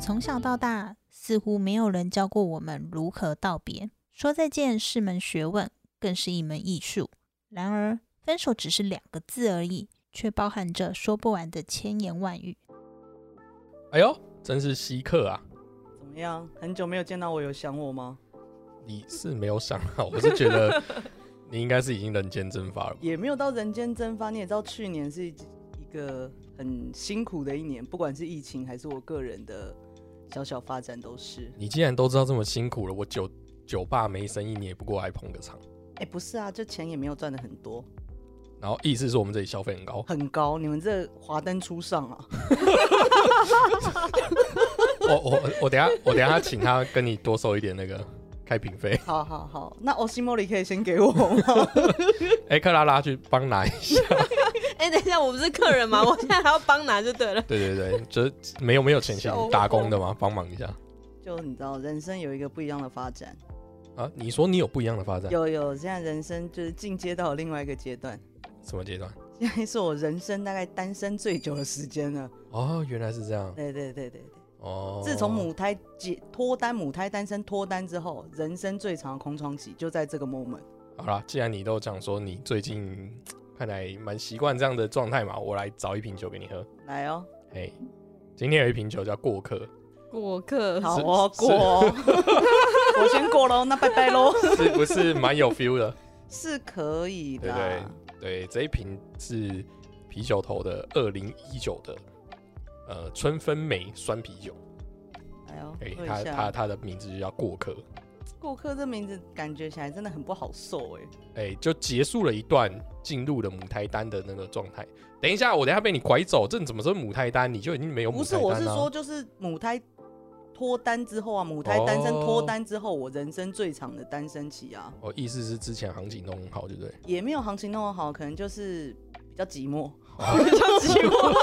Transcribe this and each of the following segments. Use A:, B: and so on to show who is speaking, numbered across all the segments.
A: 从小到大，似乎没有人教过我们如何道别。说再见是门学问，更是一门艺术。然而，分手只是两个字而已，却包含着说不完的千言万语。
B: 哎呦，真是稀客啊！
C: 怎么样？很久没有见到我，有想我吗？
B: 你是没有想好，我是觉得你应该是已经人间蒸发了吧。
C: 也没有到人间蒸发。你也知道，去年是一一个很辛苦的一年，不管是疫情还是我个人的小小发展，都是。
B: 你既然都知道这么辛苦了，我酒酒吧没生意，你也不过来捧个场。
C: 哎、不是啊，这钱也没有赚的很多，，
B: 然后意思是我们这里消费很高
C: 很高。你们这华灯初上啊！
B: 我我我等一下我等一下请他跟你多收一点那个开瓶费。
C: 好好好，那 o s i m o r i 可以先给我吗？
B: 哎、克拉拉去帮拿一下。
D: 哎、等一下，我不是客人吗？我现在还要帮拿 就对了。
B: 对对对，就是没有没有钱想
C: 笑我
B: 打工的吗？帮忙一下
C: 就你知道，人生有一个不一样的发展。
B: 啊！你说你有不一样的发展，
C: 有有，现在人生就是进阶到了另外一个阶段。
B: 什么阶段？
C: 现在是我人生大概单身最久的时间了。
B: 哦，原来是这样
C: 对对对对对。
B: 哦。
C: 自从母胎解脱单、母胎单身脱单之后，人生最长的空窗期就在这个 moment。
B: 好啦，既然你都讲说你最近看来蛮习惯这样的状态嘛，我来找一瓶酒给你喝。
C: 来哦，
B: 哎、今天有一瓶酒叫过客，
D: 过客，
C: 好哦，
B: 呃是
C: 过哦， 我先过喽，那拜拜喽。
B: 是不是蛮有 feel 的？
C: 是可以的
B: 对
C: 啊，
B: 对对，这一瓶是啤酒头的二零一九的呃春分梅酸啤酒，
C: 哎呦，
B: 哎、
C: 喝
B: 它
C: 一
B: 它
C: 下。
B: 它的名字就叫过客，
C: 过客这名字感觉起来真的很不好受哎、
B: 哎、就结束了一段进入了母胎单的那个状态。等一下，我等一下被你拐走，这怎么是母胎单？你就已经没有母
C: 不是，
B: 胎单啊
C: 我
B: 了、
C: 是说，就是母胎脱单之后啊，母胎单身
B: 哦
C: 脱单之后，我人生最长的单身期啊，
B: 哦，意思是之前行情都很好，对不对？
C: 也没有行情那么好，可能就是比较寂 寞。
D: 比较寂寞。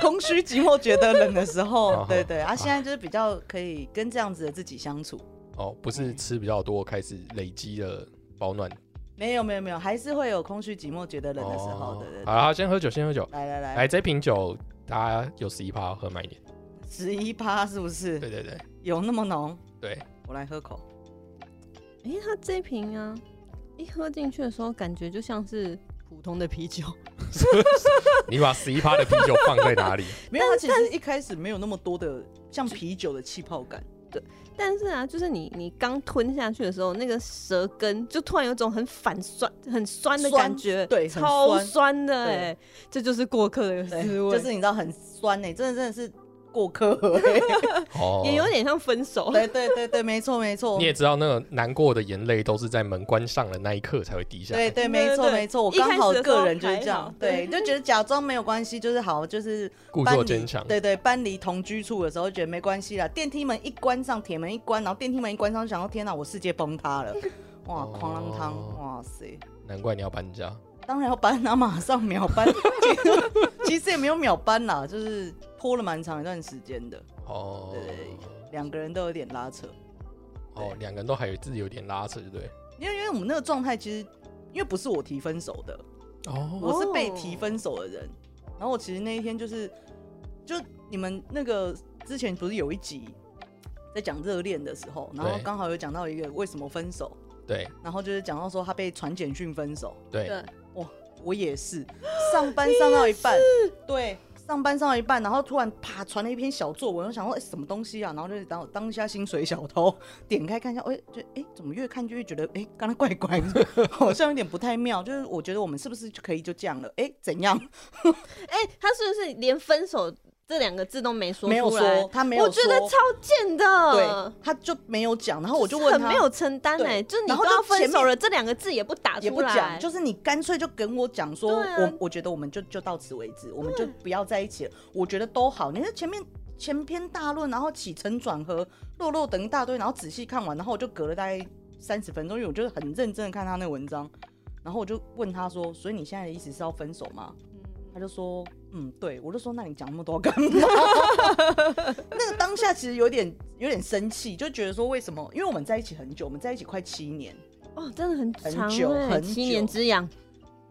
C: 空虚寂寞觉得冷的时
B: 好
C: 候
B: 好，
C: 对对，啊，现在就是比较可以跟这样子的自己相处。
B: 哦，不是
C: 嗯
B: 吃比较多，开始累积了保暖
C: 没有没有没有，还是会有空虚寂寞觉得冷的时
B: 哦
C: 候，对对
B: 好
C: 对。
B: 啦，好先喝酒，先喝酒。
C: 来来
B: 来，
C: 来，
B: 这瓶酒大家有十一趴，喝慢一点。
C: 十一趴是不是
B: 对对对
C: 有那么浓？
B: 对，
C: 我来喝口。
D: 哎、它这瓶啊，一喝进去的时候，感觉就像是普通的啤酒，
B: 你把十一趴的啤酒放在哪里？
C: 没有，它其实一开始没有那么多的像啤酒的气泡感，
D: 但是啊，就是你你刚吞下去的时候，那个舌根就突然有种很反酸、很酸的感觉，
C: 酸对很
D: 超
C: 酸
D: 酸的哎、
C: 对
D: 这就是过客的
C: 对，
D: 思
C: 就
D: 维，
C: 是你知道很酸呢，真的真的是过客 欸。
B: 哦，
D: 也有点像分手。
C: 对对对对，没错没错
B: 你。也知道，那个难过的眼泪都是在门关上的那一刻才会滴下来。
C: 对对，没
D: 对
C: 错
D: 对
C: 没错，我
D: 一开
C: 刚
D: 始
C: 好
D: 的时候
C: 个人就是
D: 还
C: 这样
D: 好，
C: 对，就觉得假装没有关系，就是好，就是
B: 故
C: 搬
B: 作
C: 离
B: 坚强。
C: 对对，搬离同居处的时候，觉得没关系啦。电梯门一关上，铁门一关，然后电梯门一关上，想到天哪，我世界崩塌了，哇，
B: 哦
C: 哐啷汤，哇塞！
B: 难怪你要搬家。
C: 当然要搬啊，马上秒搬。其实其实也没有秒搬啦，就是拖了蛮长一段时间的，
B: 哦，
C: 对对对两个人都有点拉扯。
B: 哦，两个人都还有自己有点拉扯，对不对？
C: 因为因为我们那个状态，其实因为不是我提分手的，
B: 哦，
C: 我是被提分手的人。然后我其实那一天就是，就你们那个之前不是有一集在讲热恋的时候，然后
B: 对
C: 刚好有讲到一个为什么分手，
B: 对
C: 然后就是讲到说他被传简讯分手，
B: 对，
D: 哎
C: 我也是上班上到一半，对。上班上到一半，然后突然啪传了一篇小作文，我想说、哎什么东西啊？然后就是当当一下薪水小偷，点开看一下，哎、就哎、怎么越看就越觉得哎，刚、才怪怪的， 好像有点不太妙。就是我觉得我们是不是就可以就这样了？哎、怎样？
D: 哎、他是不是连分手这两个字都没说
C: 没有
D: 出
C: 说
D: 来，
C: 他没有
D: 我觉得
C: 说
D: 超贱的。
C: 对，他就没有讲，然后我就问
D: 很
C: 他，
D: 没有承担
C: 对
D: 哎、就是你
C: 然后
D: 都
C: 就
D: 要分
C: 前
D: 手
C: 面
D: 了，这两个字也不打
C: 也
D: 出
C: 不
D: 来，
C: 讲，就是你干脆就跟我讲说，
D: 对啊
C: 我我觉得我们就就到此为止，我们就不要在一起了。我觉得都好，你看前面前篇大论，然后起承转合，落落等一大堆，然后仔细看完，然后我就隔了大概三十分钟，因为我就是很认真的看他那文章，然后我就问他说，所以你现在的意思是要分手吗？他就说，嗯，对，我就说，那你讲那么多干嘛？ 那个当下其实有点有点生气，就觉得说为什么？因为我们在一起很久，我们在一起快七年，
D: 哦，真的很
C: 很
D: 长、欸，
C: 久很
D: 七年
C: 久
D: 之痒。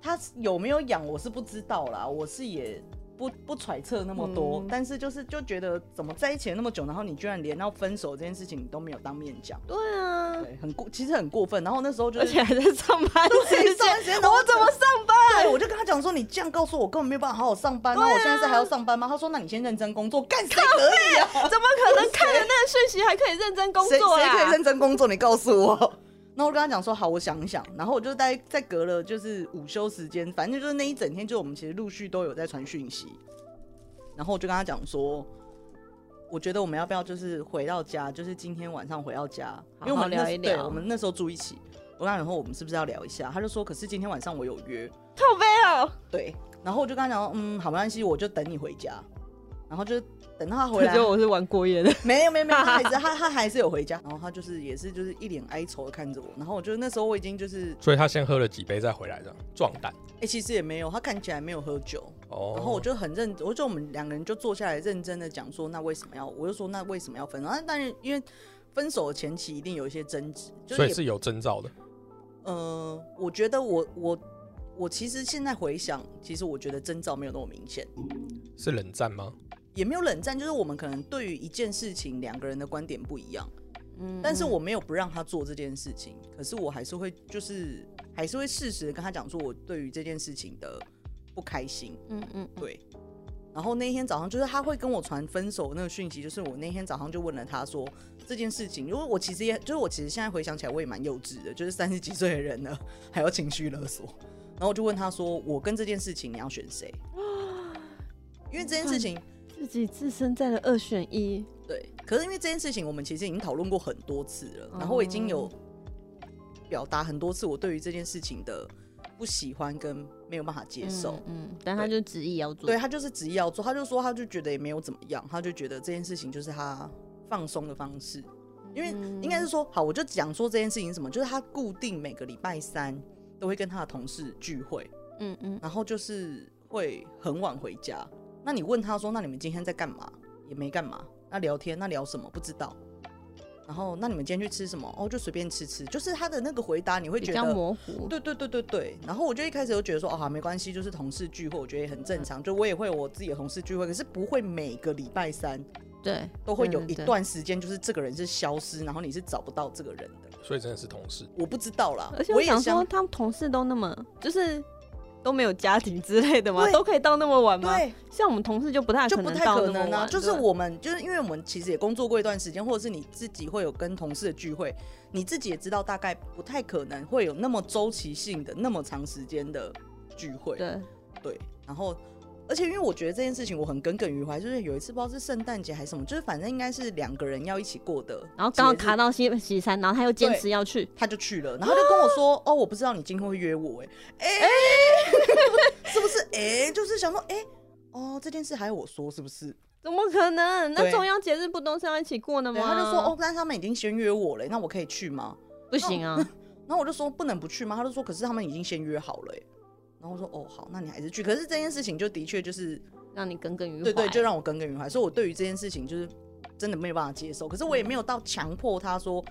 C: 他是有没有养我是不知道啦，我是也不不揣测那么多，
D: 嗯
C: 但是就是就觉得怎么在一起了那么久，然后你居然连要分手这件事情你都没有当面讲，
D: 对啊，
C: 对，很过，其实很过分。然后那时候就
D: 而
C: 是
D: 且还在上班时
C: 对
D: 间，
C: 上班时间然后
D: 我怎么上班？
C: 对，我就跟他讲说，你这样告诉我根本没有办法好好上班，那、我现在是还要上班吗？他说，那你先认真工作，干谁可以啊？
D: 怎么可能看了那个讯息还可以认真工
C: 谁
D: 作啊
C: 谁可以
D: 啦？
C: 认真工作？你告诉我。 然后我跟他讲说好，我想一想。然后我就在在隔了就是午休时间，反正就是那一整天，就我们其实陆续都有在传讯息。然后我就跟他讲说，我觉得我们要不要就是回到家，就是今天晚上回到家，因为我
D: 好好
C: 们那
D: 聊一
C: 对，
D: 聊
C: 我们那时候住一起。我跟他讲说我们是不是要聊一下？他就说可是今天晚上我有约。
D: 靠背哦，
C: 对，然后我就跟他讲说嗯，好没关系，我就等你回家。然后就等到他 回
D: 我
C: 来，
D: 觉得我是玩过夜的。
C: 没有没有没有，他还是他他还是有回家，然后他就是也是就是一脸哀愁的看着我，然后我觉得那时候我已经就是
B: 所以他先喝了几杯再回来的，壮胆。
C: 哎、其实也没有，他看起来没有喝酒，
B: 哦，
C: 然后我就很认，我就我们两个人就坐下来认真的讲说，那为什么要？我就说那为什么要分手？啊但但是因为分手的前期一定有一些争执，就
B: 所以
C: 是也
B: 是有征兆的。
C: 呃，我觉得我我我其实现在回想，其实我觉得征兆没有那么明显。
B: 是冷战吗？
C: 也没有冷战，就是我们可能对于一件事情两个人的观点不一样，
D: 嗯
C: 但是我没有不让他做这件事情，可是我还是会就是还是会适时的跟他讲说我对于这件事情的不开心，
D: 嗯嗯，
C: 对。然后那天早上就是他会跟我传分手那个讯息，就是我那天早上就问了他说这件事情，因为我其实也就是我其实现在回想起来我也蛮幼稚的，就是三十几岁的人了还要情绪勒索，然后我就问他说我跟这件事情你要选谁？ 因为这件事情
D: 自己置身在了二选一，
C: 对，可是因为这件事情，我们其实已经讨论过很多次了，然后我已经有
D: 哦
C: 表达很多次我对于这件事情的不喜欢跟没有办法接受。
D: 嗯，嗯但他就执意要做
C: 对，他啊就是执意要做，他就说他就觉得也没有怎么样，他就觉得这件事情就是他放松的方式，因为
D: 嗯
C: 应该是说好，我就讲说这件事情是什么，就是他固定每个礼拜三都会跟他的同事聚会，
D: 嗯嗯，
C: 然后就是会很晚回家。那你问他说，那你们今天在干嘛？也没干嘛。那聊天，那聊什么？不知道。然后，那你们今天去吃什么？哦，就随便吃吃。就是他的那个回答，你会
D: 比
C: 觉
D: 较
C: 得，
D: 模糊。
C: 对对对对对。然后我就一开始就觉得说，哦，好没关系，就是同事聚会，我觉得也很正常。就我也会有我自己的同事聚会，可是不会每个礼拜三
D: 对，
C: 都会有
D: 对
C: 一
D: 嗯对对
C: 段时间，就是这个人是消失，然后你是找不到这个人的。
B: 所以真的是同 事。
C: 我不知道啦，
D: 而且
C: 我
D: 我
C: 也
D: 想
C: 相
D: 说，他们同事都那么就是都没有家庭之类的吗？
C: 对
D: 都可以到那么晚吗？
C: 对，
D: 像我们同事就不太
C: 就
D: 可
C: 不
D: 能
C: 太
D: 到
C: 可
D: 那么
C: 能
D: 晚，
C: 啊。就是
D: 对
C: 我们，就是因为我们其实也工作过一段时间，或者是你自己会有跟同事的聚会，你自己也知道大概不太可能会有那么周期性的、那么长时间的聚会。
D: 对，
C: 对然后。而且因为我觉得这件事情我很耿耿于怀，就是有一次不知道是圣诞节还是什么，就是反正应该是两个人要一起过的节日，
D: 然后刚好卡到西西山，然后他又坚
C: 对
D: 持要去，
C: 他就去了，然后他就跟我说：“哦，我不知道你今天会约我、欸，哎、哎、 是不是？哎、就是想说，哎、哦，这件事还要我说是不是？
D: 怎么可能？那
C: 对
D: 重要节日不都是要一起过的
C: 对，
D: 吗？
C: 他就说哦，，但哦是他们已经先约我了、欸那我可以去吗？
D: 不行啊，
C: 然后我就说不能不去吗？他就说可是他们已经先约好了、欸，然后我说哦好，那你还是去。可是这件事情就的确就是
D: 让你耿耿于怀。
C: 对对，就让我耿耿于怀，所以我对于这件事情就是真的没有办法接受。可是我也没有到强迫他说。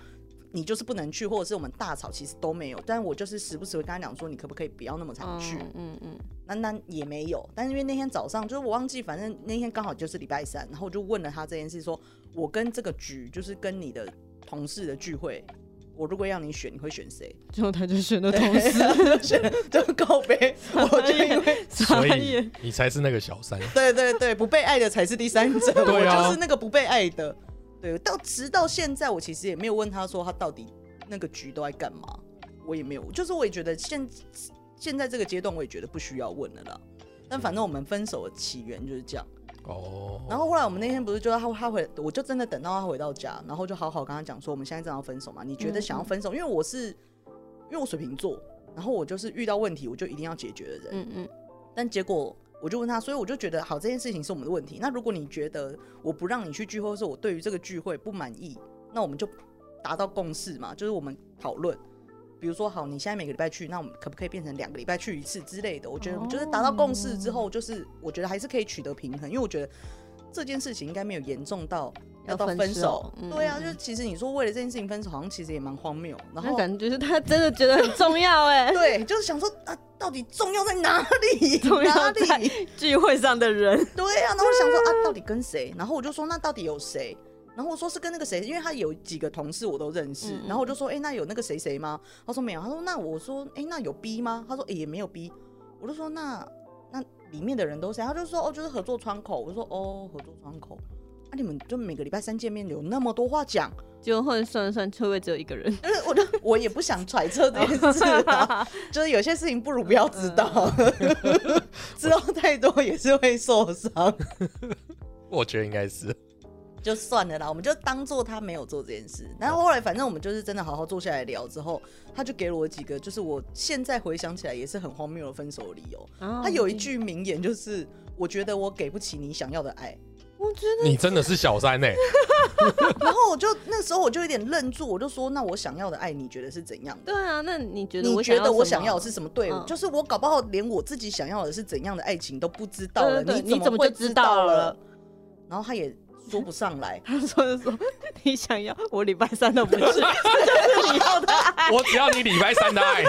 C: 你就是不能去，或者是我们大吵，其实都没有。但我就是时不时会跟他讲说，你可不可以不要那么常去？
D: 嗯嗯嗯，
C: 那那也没有，但是因为那天早上就是我忘记，反正那天刚好就是礼拜三，然后我就问了他这件事说我跟这个局就是跟你的同事的聚会，我如果要你选，你会选谁？
D: 最后他就选了同事，哎
C: 选 就告别，我就因为
B: 所
D: 所
B: 以你才是那个小三。
C: 对对对，不被爱的才是第三者，
B: 对啊
C: 我就是那个不被爱的。对，到直到现在，我其实也没有问他说他到底那个局都在干嘛，我也没有，就是我也觉得现现在这个阶段，我也觉得不需要问了啦。但反正我们分手的起源就是这样。
B: 哦，
C: 然后后来我们那天不是就他他回，我就真的等到他回到家，然后就好好跟他讲说，我们现在正要分手嘛，你觉得想要分
B: 嗯
C: 手？因为我是，因为我水瓶座，然后我就是遇到问题我就一定要解决的人，
D: 嗯嗯，
C: 但结果我就问他，所以我就觉得好，这件事情是我们的问题。那如果你觉得我不让你去聚会，或是我对于这个聚会不满意，那我们就达到共识嘛，就是我们讨论。比如说，好，你现在每个礼拜去，那我们可不可以变成两个礼拜去一次之类的？我觉得我们就是达到共识之后，就是我觉得还是可以取得平衡，因为我觉得这件事情应该没有严重到要到
D: 分
C: 分手。
D: 嗯
C: 对啊，
D: 嗯
C: 就是其实你说为了这件事情分手，好像其实也蛮荒谬。然
D: 那
C: 后
D: 感觉是他真的觉得很重要哎、
C: 对，就是想说啊，到底重要在哪里？
D: 重要
C: 哪
D: 在
C: 里？
D: 聚会上的人，
C: 对呀、啊，然后我想说啊，到底跟谁？然后我就说那到底有谁？然后我说是跟那个谁，因为他有几个同事我都认识。
D: 嗯嗯
C: 然后我就说，哎、那有那个谁谁吗？他说没有。他说那我说，哎、那有 B 吗？他说，哎、也没有 B。我就说那那里面的人都是谁？他就说哦，就是合作窗口。我就说哦，合作窗口。啊，你们就每个礼拜三见面，有那么多话讲，
D: 结婚算了算，会不会只有一个人？
C: 就是我就我也不想揣测这件事 啊，就是有些事情不如不要知道， 知道太多也是会受伤。
B: 我觉得应该是
C: 就算了啦，我们就当做他没有做这件事。然后后来，反正我们就是真的好好坐下来聊之后，他就给了我几个，就是我现在回想起来也是很荒谬的分手理由。他
D: 他
C: 有一，句名言就是：“我觉得我给不起你想要的爱。
D: 我觉得
B: 你真的是小三呢、欸，”
C: 然后我就那时候我就有点愣住，我就说：“那我想要的爱，你觉得是怎样的？”
D: 对啊，那你觉得
C: 你觉得我想要
D: 什
C: 的
D: 么
C: 是什么？对，
D: 嗯
C: 就是我搞不好连我自己想要的是怎样的爱情都不知道了，
D: 对对对
C: 你
D: 你怎么
C: 会
D: 就知
C: 道
D: 道了？，
C: 然后他也说不上来
D: 他 说的说，你想要我礼拜三都不去，这 就是你要的爱。
B: 我只要你礼拜三的爱，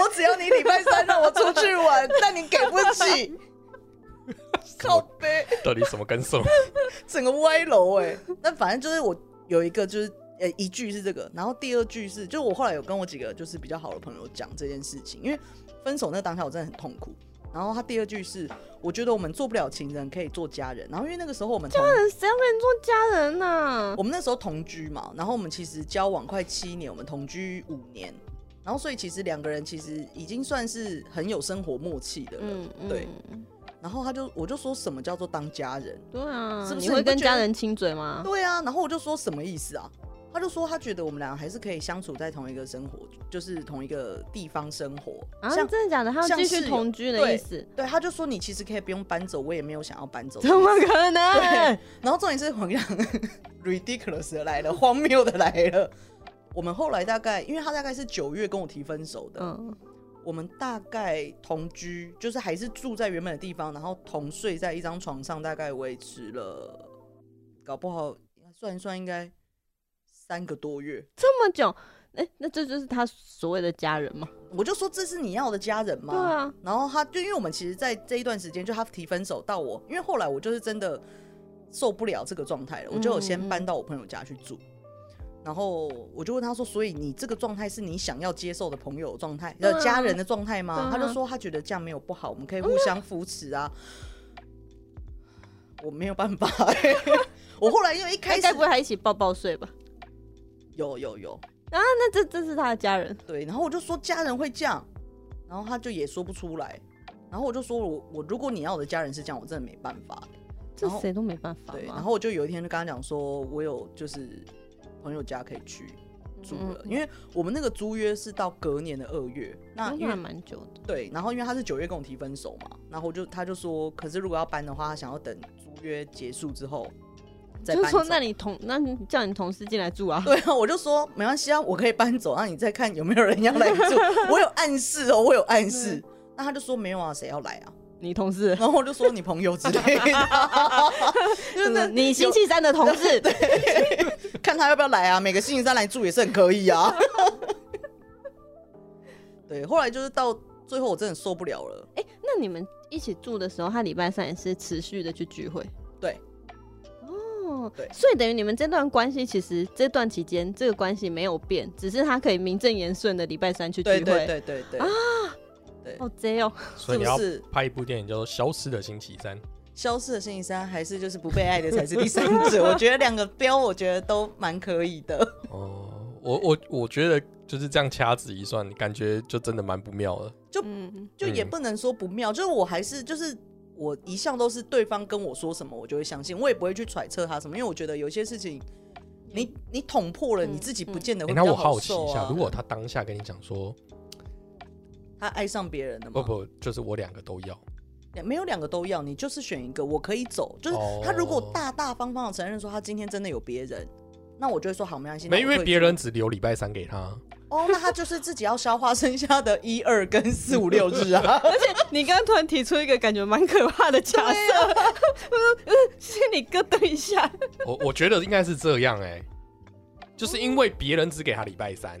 C: 我只要你礼拜三让我出去玩，但你给不起，靠背，
B: 到底什么跟什么？
C: 整个歪楼哎、那反正就是我有一个就是呃一句是这个，然后第二句是，就我后来有跟我几个就是比较好的朋友讲这件事情，因为分手那个当下我真的很痛苦。然后他第二句是，我觉得我们做不了情人，可以做家人。然后因为那个时候我们同
D: 谁要跟你做家人呢、
C: 我们那时候同居嘛，然后我们其实交往快七年，我们同居五年，然后所以其实两个人其实已经算是很有生活默契的了。
D: 嗯，嗯
C: 对，然后他就我就说什么叫做当家人？
D: 对啊，
C: 是不是
D: 你
C: 你
D: 会
C: 不
D: 跟
C: 觉
D: 家
C: 得
D: 人亲嘴吗？
C: 对啊，然后我就说什么意思啊？他就说他觉得我们俩还是可以相处在同一个生活，就是同一个地方生活。
D: 啊，
C: 像
D: 真的假的？他要
C: 像
D: 继
C: 室友
D: 续同居的
C: 对
D: 意思？
C: 对，他就说你其实可以不用搬走，我也没有想要搬走。
D: 怎么可能
C: 对？然后重点是我跟你讲 ridiculous 的来了，荒谬的来了。我们后来大概，因为他大概是九月跟我提分手的，
D: 嗯，
C: 我们大概同居，就是还是住在原本的地方，然后同睡在一张床上，大概维持了，搞不好算一算应该三个多月。
D: 这么久，哎、那这就是他所谓的家人嘛？
C: 我就说这是你要的家人吗？
D: 对啊。
C: 然后他就因为我们其实，在这一段时间，就他提分手到我，因为后来我就是真的受不了这个状态了，我就有先
D: 嗯
C: 搬到我朋友家去住。然后我就问他说：“所以你这个状态是你想要接受的朋友的状态，
D: 对啊
C: 呃，家人的状态吗？”
D: 对啊嗯
C: 他就说他觉得这样没有不好，我们可以互相扶持啊。我没有办法、 欸，我后来因为一
D: 他
C: 开始
D: 该不会还一起抱抱睡吧？
C: 有有有，
D: 啊，那这这是他的家人，
C: 对，然后我就说家人会这样，然后他就也说不出来，然后我就说我我如果你要我的家人是这样，我真的没办法。
D: 这
C: 然后
D: 谁都没办法嘛。
C: 对，然后我就有一天就跟他讲说，我有就是朋友家可以去住了，
D: 嗯
C: 因为我们那个租约是到隔年的二月，那
D: 真的
C: 因为
D: 还蛮久的，
C: 对，然后因为他是九月跟我提分手嘛，然后我就他就说，可是如果要搬的话，他想要等租约结束之后再
D: 就
C: 搬
D: 是
C: 走。
D: 说，那你同那你叫你同事进来住 啊？
C: 对啊，我就说没关系啊，我可以搬走，那你再看有没有人要来 住。我有暗示哦，我有暗示。那他就说没有啊，谁要来啊？
D: 你同事，
C: 然后我就说你朋友之类 的，就是
D: 你星期三的同 事，
C: 看他要不要来啊。每个星期三来住也是很可以啊。 对，后来就是到最后我真的受不了了，
D: 那你们一起住的时候，他礼拜三也是持续的去聚会。
C: 对。
D: 哦，
C: 对
D: 所以等于你们这段关系，其实这段期间这个关系没有变，只是他可以名正言顺的礼拜三去聚会。
C: 对对对对对
D: 啊，
C: 对，
D: 哦，这哦，
B: 所
C: 是
B: 以
C: 不
B: 你要
C: 是
B: 拍一部电影叫做《消失的星期三》，
C: 消失的星期三还是就是不被爱的才是第三 者？我觉得两个标我觉得都蛮可以的。
B: 哦，我我我觉得就是这样掐指一算，感觉就真的蛮不妙的。
D: 嗯，
C: 就也
B: 嗯
C: 不能说不妙，就是我还是就是。我一向都是对方跟我说什么，我就会相信，我也不会去揣测他什么，因为我觉得有些事情你，你捅破了，
D: 嗯
C: 你自己不见得
B: 诶
C: 哎会比
B: 那我
C: 较
B: 好奇
C: 受
B: 一
C: 啊。
B: 下，如果他当下跟你讲说，
C: 他爱上别人了
B: 不
C: 嘛，
B: 不，就是我两个都要，
C: 没有两个都要，你就是选一个，我可以走。就是
B: 哦
C: 他如果大大方方的承认说他今天真的有别人，那我就会说好，没关系。那
B: 没
C: 我
B: 因为
C: 退
B: 别
C: 出
B: 人只留礼拜三给他，
C: 哦，那他就是自己要消化剩下的一二跟四五六日 啊。
D: 你刚刚突然提出一个感觉蛮可怕的假设，我说 心里咯噔一下。
B: 我我觉得应该是这样哎、就是因为别人只给他礼拜三，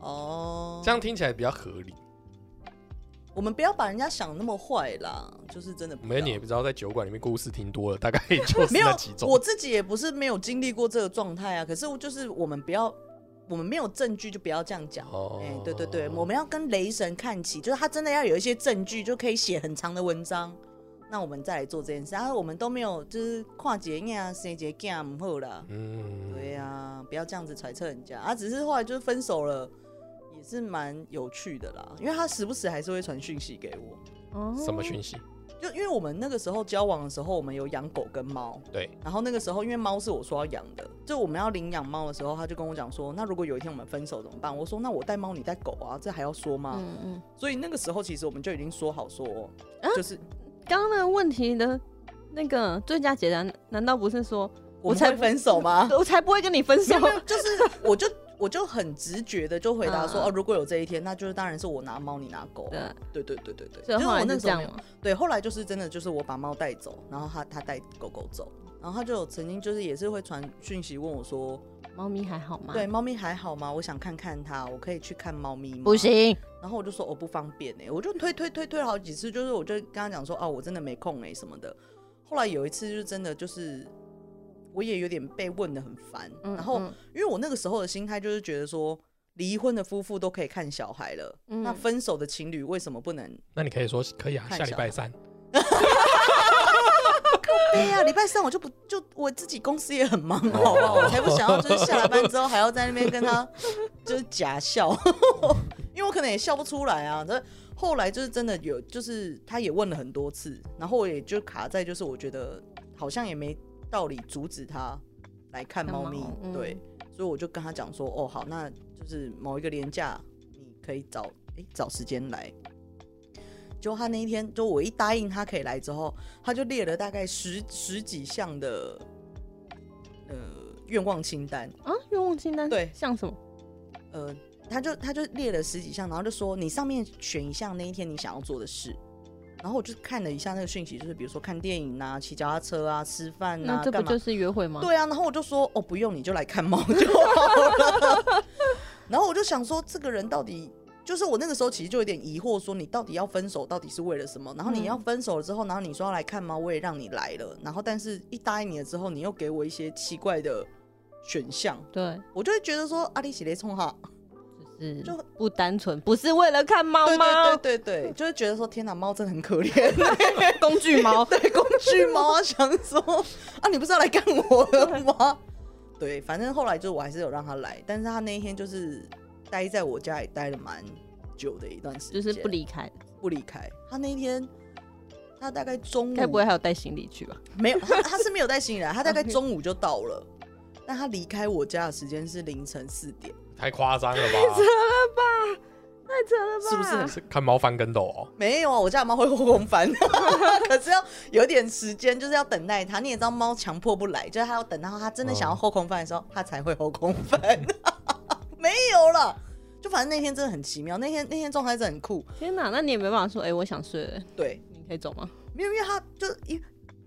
C: 哦，
B: 这样听起来比较合理。
C: 我们不要把人家想那么坏啦，就是真的不
B: 没有
C: 要
B: 你也不知道，在酒馆里面故事听多了，大概就是
C: 没有
B: 那几，种
C: 我。自己也不是没有经历过这个状态啊。可是我就是我们不要，我们没有证据就不要这样讲。
B: 哦
C: 哎、对对对，我们要跟雷神看齐，就是他真的要有一些证据，就可以写很长的文章。那我们再来做这件事，然、啊后我们都没有，就是跨节呀、谁节 g a 后啦。
B: 嗯
C: 对呀、不要这样子揣测人家啊！只是后来就是分手了，也是蛮有趣的啦，因为他时不时还是会传讯息给我。
B: 什么讯息？
C: 就因为我们那个时候交往的时候，我们有养狗跟猫，
B: 对，
C: 然后那个时候因为猫是我说要养的，就我们要领养猫的时候，他就跟我讲说，那如果有一天我们分手怎么办？我说那我带猫，你带狗啊，这还要说吗？
D: 嗯嗯，
C: 所以那个时候其实我们就已经说好说，
D: 啊
C: 就是
D: 刚刚那个问题的那个最佳解答，难道不是说
C: 我们
D: 才
C: 会分手 吗？
D: 我才不会跟你分手
C: 没有？没有，就是我就我就很直觉的就回答说，
D: 嗯
C: 哦、如果有这一天，那就是当然是我拿猫，你拿狗啊、
D: 对，
C: 对对对对对，
D: 所
C: 就
D: 以
C: 是
D: 后
C: 我
D: 来
C: 那
D: 就
C: 时
D: 这
C: 候
D: 样
C: 没有
D: 嘛。
C: 对，后来就是真的就是我把猫带走，然后他他带狗狗走，然后他就有曾经就是也是会传讯息问我说，
D: 猫咪还好吗？
C: 对，，猫咪还好吗？我想看看它，我可以去看猫咪吗？
D: 不。行，
C: 然后我就说我不方便哎、我就推推推推了好几次，就是我就跟他讲说啊，我真的没空哎、什么的。后来有一次就真的就是。我也有点被问的很烦，
D: 嗯
C: 然后
D: 嗯
C: 因为我那个时候的心态就是觉得说，离婚的夫妇都可以看小孩了，
D: 嗯
C: 那分手的情侣为什么不能
B: 那你可以说可以啊，
C: 看
B: 下
C: 一下
B: 礼拜三。
C: 对呀、礼拜三我就不就我自己公司也很忙，好不好？我才不想要就是下了班之后还要在那边跟他就是假笑， 因为我可能也笑不出来啊。这后来就是真的有，就是他也问了很多次，然后我也就卡在就是我觉得好像也没道理阻止他来看猫咪
D: 看猫，嗯
C: 对，所以我就跟他讲说，哦好，那就是某一个年假你可以找诶、找时间来。就他那一天，就我一答应他可以来之后，他就列了大概十十几项的呃愿望清单，
D: 啊，愿望清单
C: 对
D: 像什么？
C: 呃，他就他就列了十几项，然后就说你上面选一项那一天你想要做的事。然后我就看了一下那个讯息，就是比如说看电影啊、骑脚踏车啊、吃饭
D: 那
C: 啊，
D: 这不
C: 干嘛？
D: 就是约会吗？
C: 对啊，然后我就说哦，不用你就来看猫就好了。 然后我就想说，这个人到底就是我那个时候其实就有点疑惑，说你到底要分手到底是为了什么？然后你
D: 嗯
C: 要分手了之后，然后你说要来看猫，我也让你来了，然后但是一答应你了之后，你又给我一些奇怪的选项，
D: 对，
C: 我就会觉得说啊阿里喜雷冲哈，
D: 是
C: 就
D: 不单纯，不是为了看猫
C: 对
D: 猫
C: 对对对对，就会觉得说天哪，猫真的很可 怜，
D: 工具 猫，
C: 对工具猫啊，想说啊，你不是要来干我的吗？对，反正后来就我还是有让他来，但是他那一天就是待在我家里待了蛮久的一段时
D: 就
C: 间，
D: 是不离开，
C: 不离开。他那一天，他大概中午
D: 该不会还有带行李去吧？
C: 没有，他他是没有带行李来，他大概中午就到了。但他离开我家的时间是凌晨四点，
B: 太夸张了
C: 啊
B: 吧？
D: 太扯了吧？
C: 是不是很
B: 是看猫翻跟斗哦。
C: 没有啊，我家的猫会后空翻， 可是要有点时间，就是要等待它。你也知道，猫强迫不来，就是它要等到它真的想要后空翻的时候，它才会后空翻。 没有了，就反正那天真的很奇妙，那天那天状态真的很酷。
D: 天哪，那你也没办法说，哎、我想睡了，
C: 对，
D: 你可以走吗？
C: 没有，因为它就一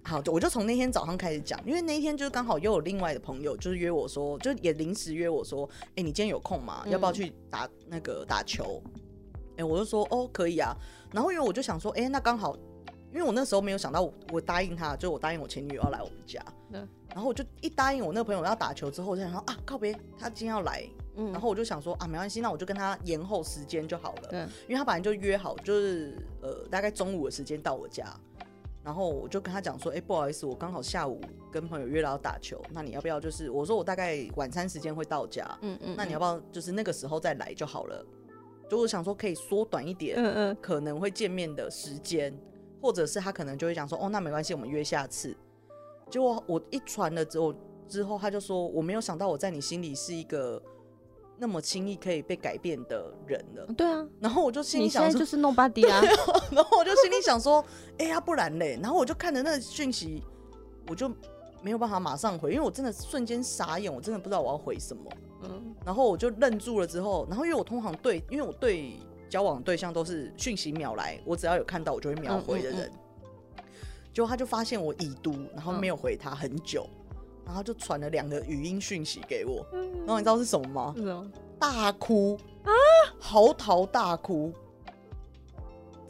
C: 好，我就从那天早上开始讲，因为那一天就是刚好又有另外的朋友就是约我说，就也临时约我说，哎、你今天有空吗？
D: 嗯
C: 要不要去打那个打球？哎、我就说哦，可以啊。然后因为我就想说，哎、那刚好，因为我那时候没有想到我，我答应他，就我答应我前女友要来我们家。
D: 嗯
C: 然后我就一答应我那个朋友要打球之后，我就想说啊，告别他今天要来，
D: 嗯，
C: 然后我就想说啊，没关系，那我就跟他延后时间就好了。
D: 对，
C: 因为他本来就约好，就是呃大概中午的时间到我家，然后我就跟他讲说，哎、不好意思，我刚好下午跟朋友约了要打球，那你要不要就是我说我大概晚餐时间会到家，
D: 嗯嗯，
C: 那你要
D: 不
C: 不要就是那个时候再来就好了？就我想说可以缩短一点，
D: 嗯嗯
C: 可能会见面的时间。或者是他可能就会讲说，哦，那没关系，我们约下次。结果我一传了之后，之后他就说，我没有想到我在你心里是一个那么轻易可以被改变的人了。
D: 对啊，
C: 然后我就心
D: 你
C: 里
D: 现
C: 想
D: 在
C: 说
D: 就，是弄巴迪 啊，
C: 然后我就心里想说，哎、呀、不然嘞？然后我就看着那个讯息，我就没有办法马上回，因为我真的瞬间傻眼，我真的不知道我要回什么。
D: 嗯，
C: 然后我就愣住了之后，然后因为我通常对，因为我对交往对象都是讯息秒来，我只要有看到我就会
D: 嗯
C: 秒回的人。结果他就发现我已读，然
D: 嗯
C: 后没有回他很久，然后就传了两个语音讯息给我。然后你知道是什么吗？
D: 嗯是哦，
C: 大哭啊，嚎啕大哭。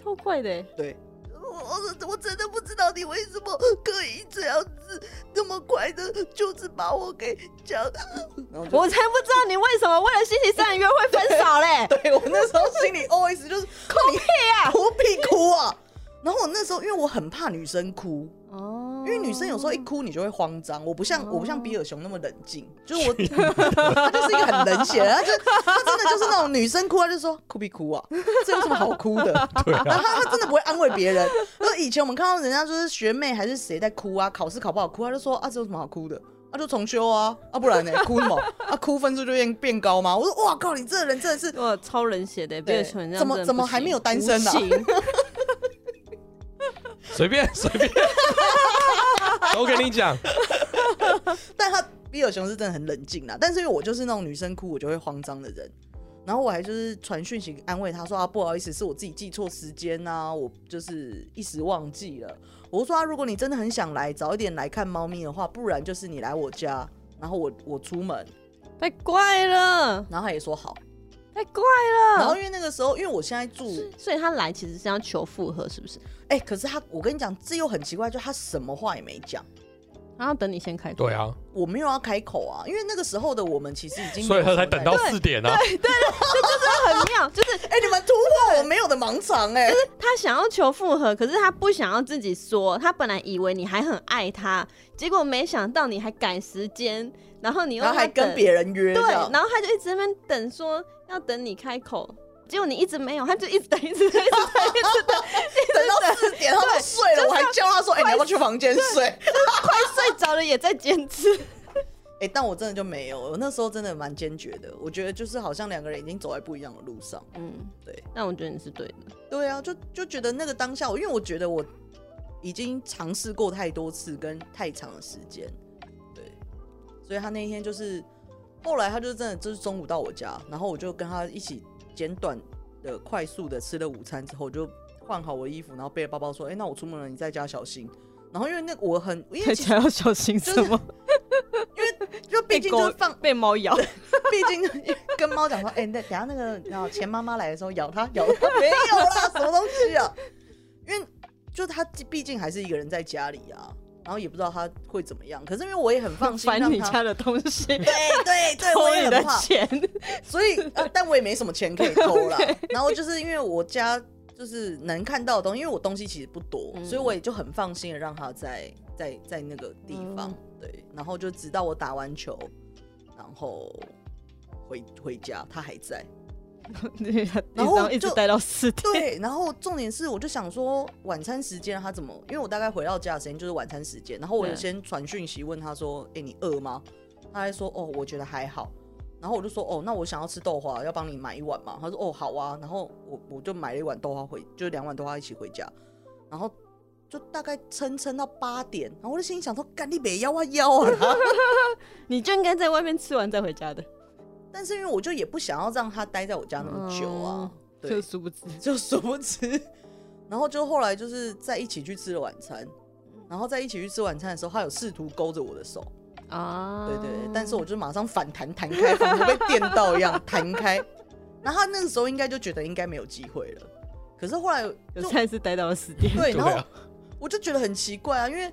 D: 超快的欸，
C: 对，我我我真的不知道你为什么可以这样子，那么快的，就是把我给讲。然后就，
D: 我才不知道你为什么为了星期三的约会分手 嘞
C: 对我那时候心里 OS 就是哭屁啊，哭屁哭啊。 然后我那时候因为我很怕女生哭，
D: 哦
C: 因为女生有时候一哭你就会慌张，我不像、我不像比尔熊那么冷静，就是我 她就是一个很冷血的，她就她真的就是那种女生哭，她就说哭屁哭啊，这有什么好哭的？
B: 对
C: 然
B: 啊，
C: 后她她真的不会安慰别人。就是以前我们看到人家就是学妹还是谁在哭啊，考试考不好哭，她就说啊这有什么好哭的？那、就重修啊，啊不然呢、哭什么？啊哭分数就变变高吗？我说哇靠，你这个人真的是
D: 哇，超冷血的，被
C: 对
D: 有穷人这样
C: 怎么
D: 真的
C: 怎
D: 不
C: 么还
D: 行
C: 没有单身啊
D: 无情
B: 随便 随便，都跟你讲，
C: 但他比尔熊是真的很冷静啦，但是因为我就是那种女生哭我就会慌张的人，然后我还就是传讯息安慰他说啊不好意思是我自己记错时间呐、我就是一时忘记了。我就说啊如果你真的很想来，早一点来看猫咪的话，不然就是你来我家，然后我我出门，
D: 太怪了，
C: 然后他也说好。
D: 太怪
C: 然后
D: 了。
C: 因为那个时候因为我现在住，
D: 所以他来其实是要求复合，是不是？
C: 哎、可是他我跟你讲这又很奇怪，就他什么话也没讲。
D: 然后等你先开口。
B: 对啊，
C: 我没有要开口啊，因为那个时候的我们其实已经没
B: 所
C: 有
B: 以他
C: 什
B: 才
C: 么
B: 等
C: 在
B: 到四点啊，
D: 很妙，就是
C: 哎、你们突破我没有的盲肠哎、
D: 他想要求复合，可是他不想要自己说。他本来以为你还很爱他，结果没想到你还改时间，然后你又
C: 然后还
D: 要等
C: 跟别人约，
D: 对，
C: 这样
D: 然后他就一直在那边等说要等你开口，结果你一直没有，他就一直等，一直等， 一直等，一直
C: 等
D: 等，
C: 到四点，他都睡了，我还叫他说：“哎、你要不要去房间睡？”
D: 快睡着了也在坚持。
C: 哎、但我真的就没有，我那时候真的蛮坚决的。我觉得就是好像两个人已经走在不一样的路上。
D: 嗯，
C: 对。
D: 但我觉得你是对的，
C: 对啊，就就觉得那个当下，我因为我觉得我已经尝试过太多次跟太长的时间，对，所以他那一天就是后来他就真的就是中午到我家，然后我就跟他一起简短的、快速的吃了午餐之后，我就换好我的衣服，然后背着包包说：“哎、那我出门了，你在家小心。”然后因为那我很因为其实
D: 要小心
C: 什
D: 么？
C: 就毕竟就是放
D: 被猫咬，
C: 毕竟跟猫讲说，哎、那等下那个然后钱妈妈来的时候咬它，咬它没有啦，什么东西啊？因为就它毕竟还是一个人在家里啊，然后也不知道它会怎么样。可是因为我也很放心，
D: 翻
C: 让
D: 你
C: 它
D: 家的东西，
C: 对对对，我
D: 偷
C: 也
D: 你
C: 很
D: 的
C: 怕，
D: 钱，
C: 所以、呃但我也没什么钱可以偷啦。然后就是因为我家就是能看到的东西，因为我东西其实不多，
D: 嗯
C: 所以我也就很放心的让它在在在那个地方、
D: 嗯
C: 对。然后就直到我打完球，然后回回家，它还在。
D: 啊然后一直待到四点。
C: 对，然后重点是，我就想说晚餐时间他怎么？因为我大概回到家的时间就是晚餐时间，然后我有
D: 嗯
C: 先传讯息问他说：“哎、你饿吗？”他还说：“哦，我觉得还好。”然后我就说：“哦，那我想要吃豆花，要帮你买一碗嘛。”他说：“哦，好啊。”然后我我就买了一碗豆花回，就两碗豆花一起回家，然后就大概撑撑到八点，然后我就心里想说：“干你别腰啊腰啊！”
D: 你就应该在外面吃完再回家的，
C: 但是因为我就也不想要让他待在我家那么久啊，对。
D: 就殊不知。
C: 就殊不知，然后就后来就是在一起去吃了晚餐，然后在一起去吃晚餐的时候，他有试图勾着我的手，
D: 啊，
C: 对对对，但是我就马上反弹弹开，仿佛被电到一样弹开。然后他那个时候应该就觉得应该没有机会了，可是后来
D: 有
C: 就
D: 菜是待到了四点，
C: 对，
B: 对
C: 然
B: 啊
C: 后，我就觉得很奇怪啊，因为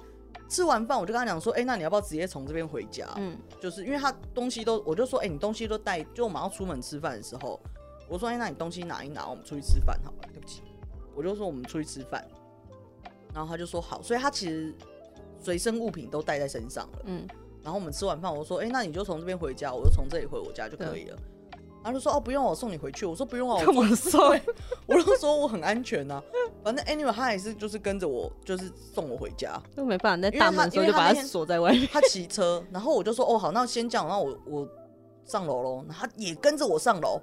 C: 吃完饭我就跟他讲说，哎、那你要不要直接从这边回家？啊
D: 嗯，
C: 就是因为他东西都，我就说，哎、你东西都带，就我们要出门吃饭的时候，我说，哎、那你东西拿一拿，我们出去吃饭好了。对不起，我就说我们出去吃饭，然后他就说好，所以他其实随身物品都带在身上了。
D: 嗯，
C: 然后我们吃完饭，我说，哎、那你就从这边回家，我就从这里回我家就可以了。然后就说哦不用，我送你回去。我说不用啊，
D: 嗯干嘛
C: 我
D: 送
C: 对我就说我很安全啊。反正 anyway 他也是就是跟着我，就是送我回家。
D: 都没办法，在
C: 因为
D: 大
C: 他
D: 门的时候
C: 因为
D: 就
C: 他
D: 把
C: 那
D: 它
C: 天
D: 锁在外面。
C: 他骑车，然后我就说哦好，那先这样，然后我我上楼喽，然后他也跟着我上楼，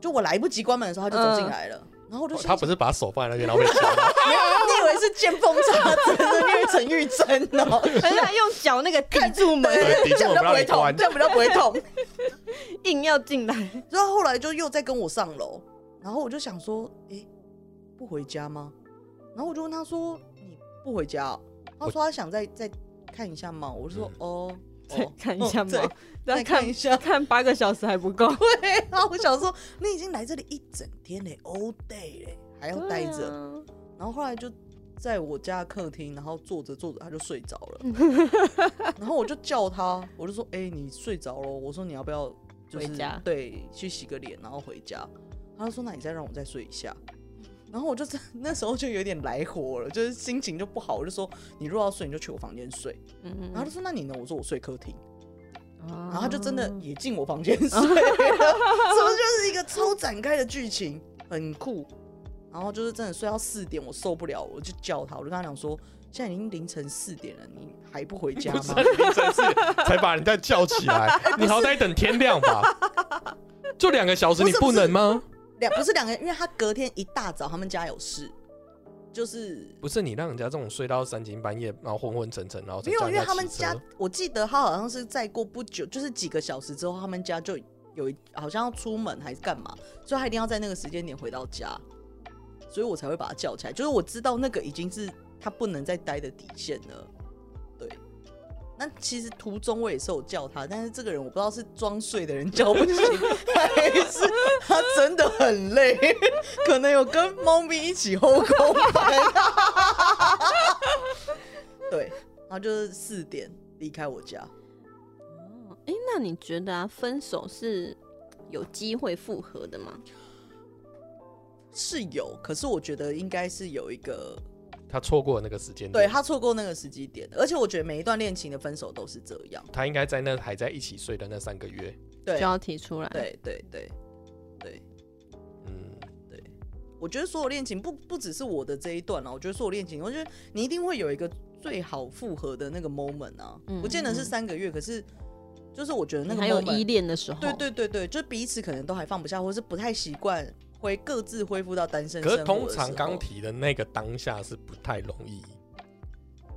C: 就我来不及关门的时候他就走进来了，然后我就
B: 哦
C: 心
B: 他不是把手放在那边，然后被敲吗
C: 没有， 你以为是见缝插针，是因为陈玉珍哦，
D: 而且他用脚那个抵住门，
C: 对
B: 对
C: 这样比较不会
B: 抵住我不让你
C: 痛，
B: 关
C: 这样比较不会痛。
D: 硬要进来。
C: 然后后来就又再跟我上楼，然后我就想说，诶，不回家吗？然后我就问他说，你不回家哦、他说他想再再看一下猫，我就说
B: 嗯
C: 哦，
D: 再
C: 哦
D: 看一下
C: 哦
D: 猫
C: 再，
D: 要
C: 再看一下。
D: 看八个小时还不够，
C: 对 啊，然后我想说，你已经来这里一整天嘞，all day 嘞，还要待着。
D: 对啊
C: 然后后来就在我家的客厅，然后坐着坐着他就睡着 了，然后我就叫他，我就说：“哎、你睡着了？”我说：“你要不要就是
D: 回家
C: 对去洗个脸，然后回家？”他就说：“那你再让我再睡一下。”然后我就那时候就有点来火了，就是心情就不好，我就说：“你如果要睡，你就去我房间睡。”
D: 啊，
C: 然后他说：“那你呢？”我说：“我睡客厅。”
D: 然
C: 然后他就真的
B: 哦
C: 也进我房间 睡了，是不是就是一个超展开的剧情，很酷。然后就是真的睡到四点，我受不了，我就叫他，我就跟他讲说，现在已经凌晨四点了，你还不回家
B: 不是
C: 吗？
B: 凌晨四才把人家叫起 来，你好歹等天亮吧。就两个小时，
C: 不
B: 你
C: 是
B: 不能吗？
C: 两不是两个，因为他隔天一大早他们家有事，就是
B: 不是你让人家这种睡到三更半夜，然后昏昏沉沉，然后再
C: 没有，
B: 叫人
C: 因为他们
B: 骑车
C: 家，我记得他好像是再过不久，就是几个小时之后，他们家就有一好像要出门还是干嘛，所以他一定要在那个时间点回到家，所以我才会把他叫起来。就是我知道那个已经是他不能再待的底线了，对。那其实途中我也是有叫他，但是这个人我不知道是装睡的人叫不醒， 还是他真的很累，可能有跟猫咪一起后空翻。 对，然后就是四点离开我家。
D: 哎、那你觉得啊，分手是有机会复合的吗？
C: 是有，可是我觉得应该是有一个，
B: 他错过那个时间
C: 对
B: 点，
C: 他错过那个时机点，而且我觉得每一段恋情的分手都是这样，
B: 他应该在那还在一起睡的那三个月，
C: 对
D: 就，要提出来。，
C: 对，对，对，对，
B: 嗯，
C: 我觉得所有恋情不不只是我的这一段啊了，我觉得所有恋情，我觉得你一定会有一个最好复合的那个 moment 啊，
D: 嗯
C: 不见得
D: 嗯
C: 是三个月，可是就是我觉得那个
D: 还有
C: moment，
D: 依恋的时候，
C: 对对对对，就是彼此可能都还放不下，或是不太习惯。会各自恢复到单身
B: 可是
C: 生活的
B: 通常
C: 时
B: 刚
C: 候
B: 提的那个当下是不太容易，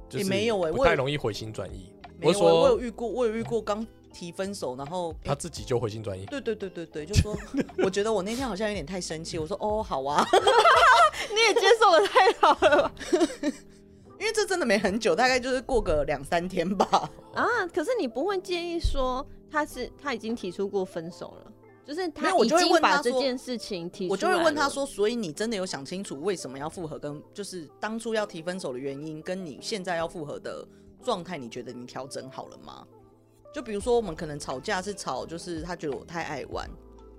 B: 就是
C: 也没有欸
B: 不
C: 我也
B: 太容易回心转意。
C: 没有啊
B: 是
C: 我有
B: 说
C: 遇过，我有遇过刚提分手，然后
B: 他自己就回心 转意，
C: 对对对对对，就说我觉得我那天好像有点太生气，我说哦好啊，
D: 你也接受的太好了吧
C: 因为这真的没很久，大概就是过个两三天吧。
D: 啊！可是你不会介意说他是他已经提出过分手了，就是
C: 没
D: 他
C: 有我
D: 已
C: 就会
D: 经
C: 问
D: 把
C: 他
D: 这
C: 说
D: 件事情提出来
C: 我就会问他
D: 了，
C: 说，所以你真的有想清楚为什么要复合，跟就是当初要提分手的原因，跟你现在要复合的状态，你觉得你调整好了吗？就比如说我们可能吵架是吵，就是他觉得我太爱玩，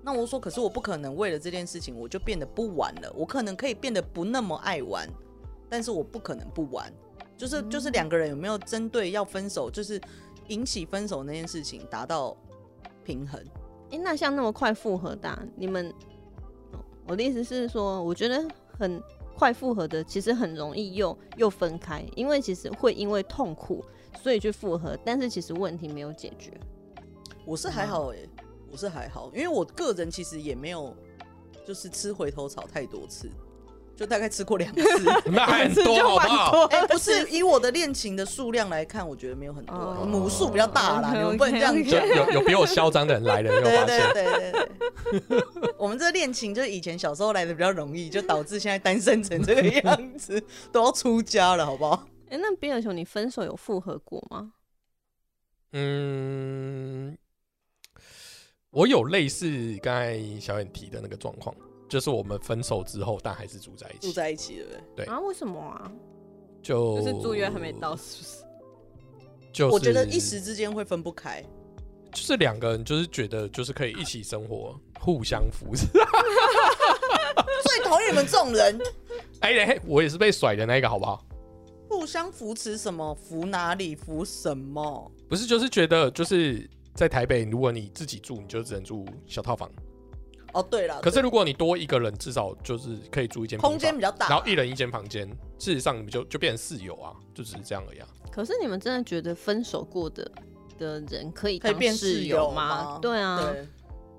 C: 那我说可是我不可能为了这件事情我就变得不玩了，我可能可以变得不那么爱玩，但是我不可能不玩。就是就是两个人有没有针对要分手，就是引起分手那件事情达到平衡？
D: 哎、那像那么快复合的啊、你们，哦我的意思是说，我觉得很快复合的，其实很容易又又分开，因为其实会因为痛苦所以去复合，但是其实问题没有解决。
C: 我是还好哎、我是还好，因为我个人其实也没有就是吃回头草太多次，就大概吃过两次。
B: 那还很
D: 这
B: 多
D: 就
B: 好不
D: 蛮
B: 好？
D: 多
C: 哎、不 是以我的恋情的数量来看，我觉得没有很多、欸，
D: 哦
C: 母数比较大啦，
D: OK，OK，
C: 你们不能这样
D: OK，OK
B: 就
C: 讲。
B: 有有比我嚣张的人来了，有没有
C: 对
B: 发
C: 对
B: 现？
C: 对对对， 我们这恋情就是以前小时候来的比较容易，就导致现在单身成这个样子， 都要出家了，好不好？
D: 哎、那比尔熊，你分手有复合过吗？
B: 嗯，我有类似刚才小远提的那个状况，就是我们分手之后，但还是住在一
C: 住
B: 起，
C: 在一起了。
B: 对
D: 啊，为什么啊？
B: 就
D: 是不是？
B: 就是
C: 我觉得一时之间会分不开，
B: 就是两个人就是觉得就是可以一起生活，互相扶持。
C: 最讨厌你们这种人，
B: 哎、哎我也是被甩的那一个，好不好？
C: 互相扶持什么扶哪里扶什么。
B: 不是，就是觉得就是在台北，如果你自己住，你就只能住小套房，
C: 哦，对了，
B: 可是
C: 对
B: 如果你多一个人，至少就是可以住一间
C: 空间
B: 平
C: 比较大，
B: 房，然后一人一间房间，事实上你们就就变成室友啊，就只是这样而已啊。
D: 可是你们真的觉得分手过的的人可以
C: 可以
D: 当
C: 变
D: 室
C: 室
D: 友
C: 友
D: 吗
C: 吗？
D: 对啊，
C: 对，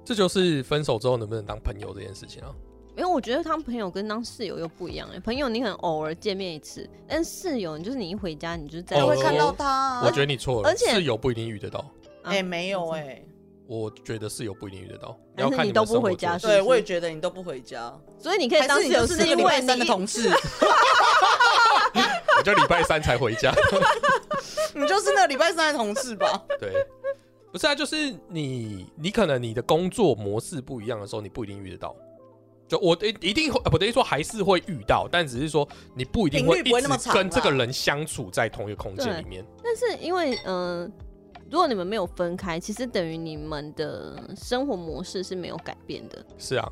B: 这就是分手之后能不能当朋友这件事情啊。
D: 因为我觉得当朋友跟当室友又不一样哎、朋友你很偶尔见面一次，但室友你就是你一回家你就是在
B: 哦
C: 才
D: 我
C: 会看到他啊。
B: 我觉得你错了，
D: 而且
B: 室友不一定遇得到。
D: 啊
C: 哎、没有哎、
B: 我觉得室友不一定遇得到，
D: 还是
B: 要看
D: 你
B: 们
D: 都不
B: 生活
D: 回家
B: 作息
C: 对
D: 是不是
C: 我也觉得你都不回家，
D: 所以你可以
C: 还
D: 当
C: 是
D: 室
C: 你
D: 友
C: 就是是那个
D: 因
C: 礼
D: 为
C: 拜三
D: 你
C: 的同事，
B: 我就礼拜三才回家。
C: 你就是那个礼拜三的同事吧？
B: 对，不是啊，就是你，你可能你的工作模式不一样的时候，你不一定遇得到。就我一一定会，呃不等于说还是会遇到，但只是说你不一定
C: 频
B: 会一
C: 率不会那么
B: 直
C: 长
B: 跟这个
C: 啦
B: 人相处在同一个空间里面。
D: 但是因为嗯、呃如果你们没有分开，其实等于你们的生活模式是没有改变的，
B: 是啊，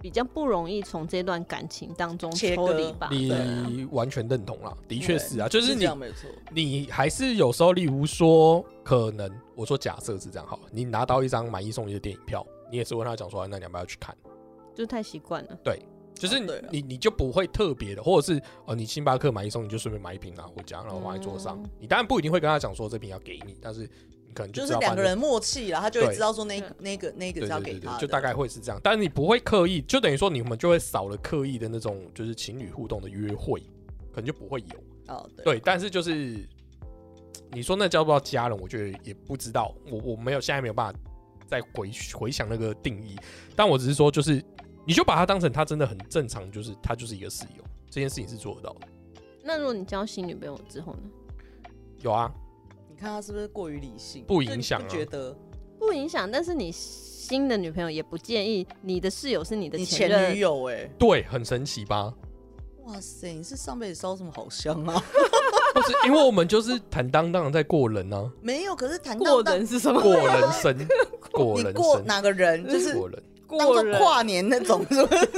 D: 比较不容易从这段感情当中
C: 切
D: 抽
C: 割
D: 离吧。
B: 你
C: 对啊
B: 完全认同啦， 的确
C: 对
B: 是啊，就是
C: 这
B: 你
C: 样没错。
B: 你还是有时候，例如说，可能我说假设是这样好了，你拿到一张买一送一的电影票，你也是问他讲说，哎那你要不要去看？
D: 就太习惯了。
B: 就是
C: 啊
B: 你、
C: 对啊
B: 你你就不会特别的，或者是哦，你星巴克买一送，你就顺便买一瓶拿回家，然后放在桌上。
D: 嗯
B: 你当然不一定会跟他讲说这瓶要给你，但是你可能
C: 就
B: 知
C: 是
B: 道
C: 两
B: 反
C: 个
B: 正
C: 人默契啦，他就会
B: 对
C: 知道说那
D: 对
C: 那个那个
B: 对
C: 是要
B: 对
C: 给
B: 对
C: 他
B: 对，
C: 的，
B: 就大概会是这样。但是你不会刻意，就等于说你们就会少了刻意的那种就是情侣互动的约会，可能就不会有。
C: 哦对。
B: 对，但是就是你说那叫不叫家人，我觉得也不知道，我我没有现在没有办法再回回想那个定义，但我只是说就是你就把它当成他真的很正常，就是他就是一个室友，这件事情是做得到的。
D: 那如果你交新女朋友之后呢？
B: 有啊，
C: 你看他是不是过于理性？
B: 不
C: 就
B: 影
C: 你
B: 响啊
C: 觉得
D: 不影响，但是你新的女朋友也不建议你的室友是你的
C: 你
D: 前
C: 前
D: 任。
C: 女友哎、欸，
B: 对，很神奇吧？
C: 哇塞，你是上辈子烧什么好香啊？
B: 不是，因为我们就是坦荡荡地在过人啊，
C: 没有，可是谈到
D: 过人是什么？
B: 过人生，过
C: 你
B: 人
C: 过
B: 生，
C: 哪个人，就是
B: 过人。
C: 当做
D: 过人
C: 跨年那种，是 不是？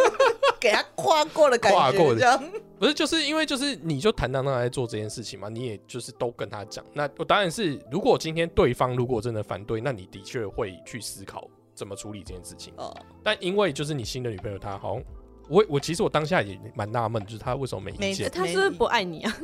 C: 给他跨过的感
B: 跨
C: 觉，
B: 过的
C: 这样。
B: 不是，就是因为就是你就坦荡荡地在做这件事情嘛，你也就是都跟他讲。那我当然是，如果今天对方如果真的反对，那你的确会去思考怎么处理这件事情。
C: 哦，
B: 但因为就是你新的女朋友，她好像我我其实我当下也蛮纳闷，就是她为什么没意
C: 没
B: 见？
D: 他是不是不爱你啊？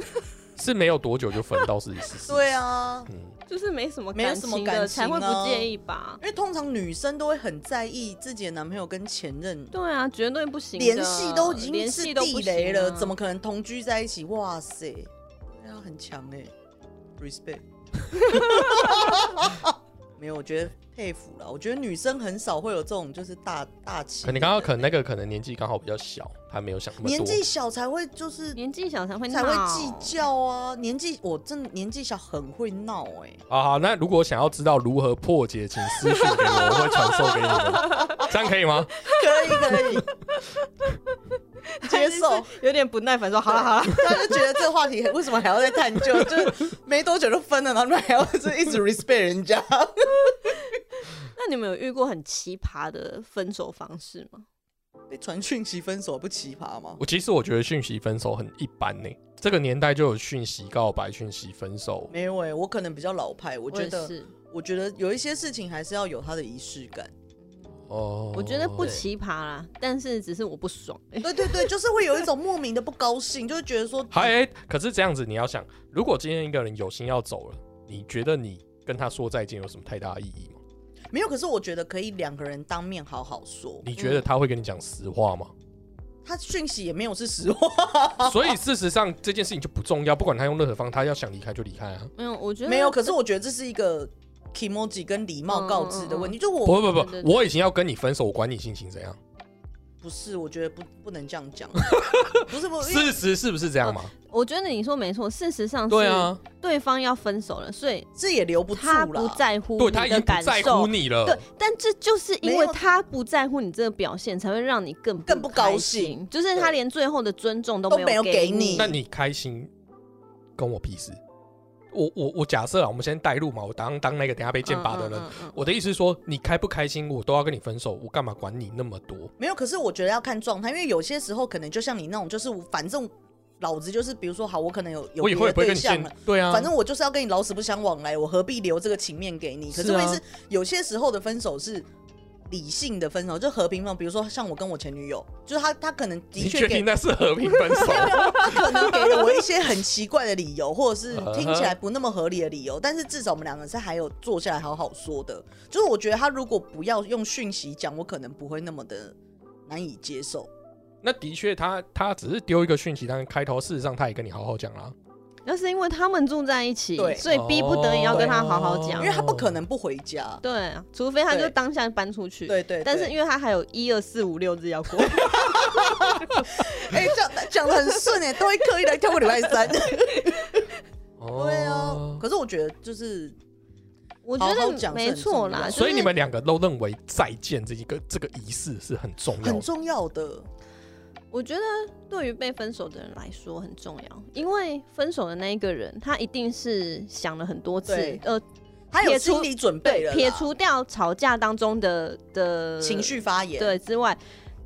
B: 是没有多久就分到是是是。
C: 对，啊，
B: 嗯，
D: 就是没什么
C: 没有
D: 感
C: 什么
D: 情
C: 感
D: 的才
C: 情
D: 会不
C: 啊
D: 介意吧
C: 因？为通常女生都会很在意自己的男朋友跟前任
D: 对啊，绝对不行的，
C: 联系都已
D: 联
C: 经是
D: 系都不
C: 地
D: 行
C: 雷了，
D: 啊
C: 怎么？可能同居在一起？哇塞，对啊，很强哎、respect。没有，我觉得佩服了。我觉得女生很少会有这种就是大大气
B: 可，能刚刚可能那个可能年纪刚好比较小，她没有想那么多。
C: 年纪小才会就是
D: 年纪小才会
C: 才会
D: 闹
C: 计 较啊。年纪我真的年纪小很会闹哎、
B: 啊，好，那如果想要知道如何破解，请私信给我，我会传授给你们，这样可以吗？
C: 可以可以，接受。
D: 有点不耐烦说好了好 了，
C: 他就觉得这个话题为什么还要再探 究？就是没多久就分了，然后他们还要就是一直 respect 人家。
D: 那你们有遇过很奇葩的分手方式吗？
C: 被传讯息分手不奇葩吗？
B: 我其实我觉得讯息分手很一般呢、这个年代就有讯息告白、讯息分手，
C: 没有哎、我可能比较老派，我
D: 我
C: 觉
D: 也
C: 得
D: 是，
C: 我觉得有一些事情还是要有它的仪式感。
B: 哦，
D: 我觉得不
B: 对
D: 奇葩啦，但是只是我不爽。
C: 对对对，就是会有一种莫名的不高兴，就会觉得说，
B: 好，哎、可是这样子，你要想，如果今天一个人有心要走了，你觉得你跟他说再见有什么太大的意义吗？
C: 没有。可是我觉得可以两个人当面好好说，
B: 你
D: 嗯
B: 觉得他会跟你讲实话 吗？
C: 他讯息也没有是实话，
B: 所以事实上这件事情就不重要，不管他用任何方法，他要想离开就离开啊。
D: 没有，我觉得
C: 没 有。可是我觉得这是一个 emoji 跟礼貌告知的问题。就我
B: 不不不
D: 对对，对
B: 我已经要跟你分手，我管你心情怎样。
C: 不是，我觉得不不能这样 讲，不是不因为
B: 事实是不是这样嘛？
D: 我觉得你说没错，事实上
B: 对
D: 是
B: 啊，
D: 对方要分手了，所以
C: 这也留不住
D: 他不
C: 啦。
D: 在乎
B: 对
D: 你
B: 他已经
D: 的
B: 不
D: 感
B: 在
D: 受
B: 乎，你了。
D: 对，但这就是因
C: 没
D: 为
C: 有
D: 他不在乎你这个表现，才会让你更
C: 更不高
D: 开
C: 兴，
D: 就是他连最后的尊重都
C: 都
D: 没
C: 没
D: 有
C: 有
D: 给
C: 给
D: 你。
C: 你
B: 那你开心，跟我屁事。我我我假设啊，我们先带入嘛，我当当那个等下被剑拔的人。
D: 嗯，嗯嗯
B: 我的意思是说，你开不开心，我都要跟你分手，我干嘛管你那么多？
C: 没有，可是我觉得要看状态，因为有些时候可能就像你那种，就是反正老子就是，比如说好，我可能有有
B: 我以
C: 别
B: 后也
C: 的
B: 不会
C: 对
B: 跟你见
C: 象了。，
B: 对啊，
C: 反正我就是要跟你老死不相往来，我何必留这个情面给你？可
B: 是
C: 是
B: 啊
C: 问题是，有些时候的分手是理性的分手，就和平分手。比如说像我跟我前女友，就是她她可能的
B: 你
C: 确
B: 确
C: 给
B: 定那是和平分 手？
C: 她可能给了我一些很奇怪的理由，或者是
B: 嗯哼
C: 听起来不那么合理的理由，但是至少我们两个是还有坐下来好好说的。就是我觉得他如果不要用讯息讲，我可能不会那么的难以接受。
B: 那的确，他他只是丢一个讯息，但是开头事实上他也跟你好好讲啊啦。
D: 那是因为他们住在一起
C: 对，
D: 所以逼不得已要跟他好好
B: 哦
D: 讲
C: 因为。他不可能不回家。
D: 对，啊除非他就
C: 对
D: 当下搬出去。
C: 对对对
D: 但是因为他还有一二四五六日 要过，
C: 哎、讲讲的很顺哎、都会刻意来跳过礼拜三。对啊
B: 哦，
C: 可是我觉得就是
D: 我觉
C: 好好讲啊
D: 得
C: 是
D: 没
C: 很
D: 错啦。
C: 重要
D: 就是
B: 所以你们两个都认为再见这一个这个仪式是很重要
C: 很
B: 的。
C: 重要的。
D: 我觉得对于被分手的人来说很重要，因为分手的那一个人，他一定是想了很多次
C: 对，
D: 呃，
C: 他有
D: 撇除
C: 心理准备了啦，
D: 撇除掉吵架当中的的
C: 情绪发言，
D: 对之外，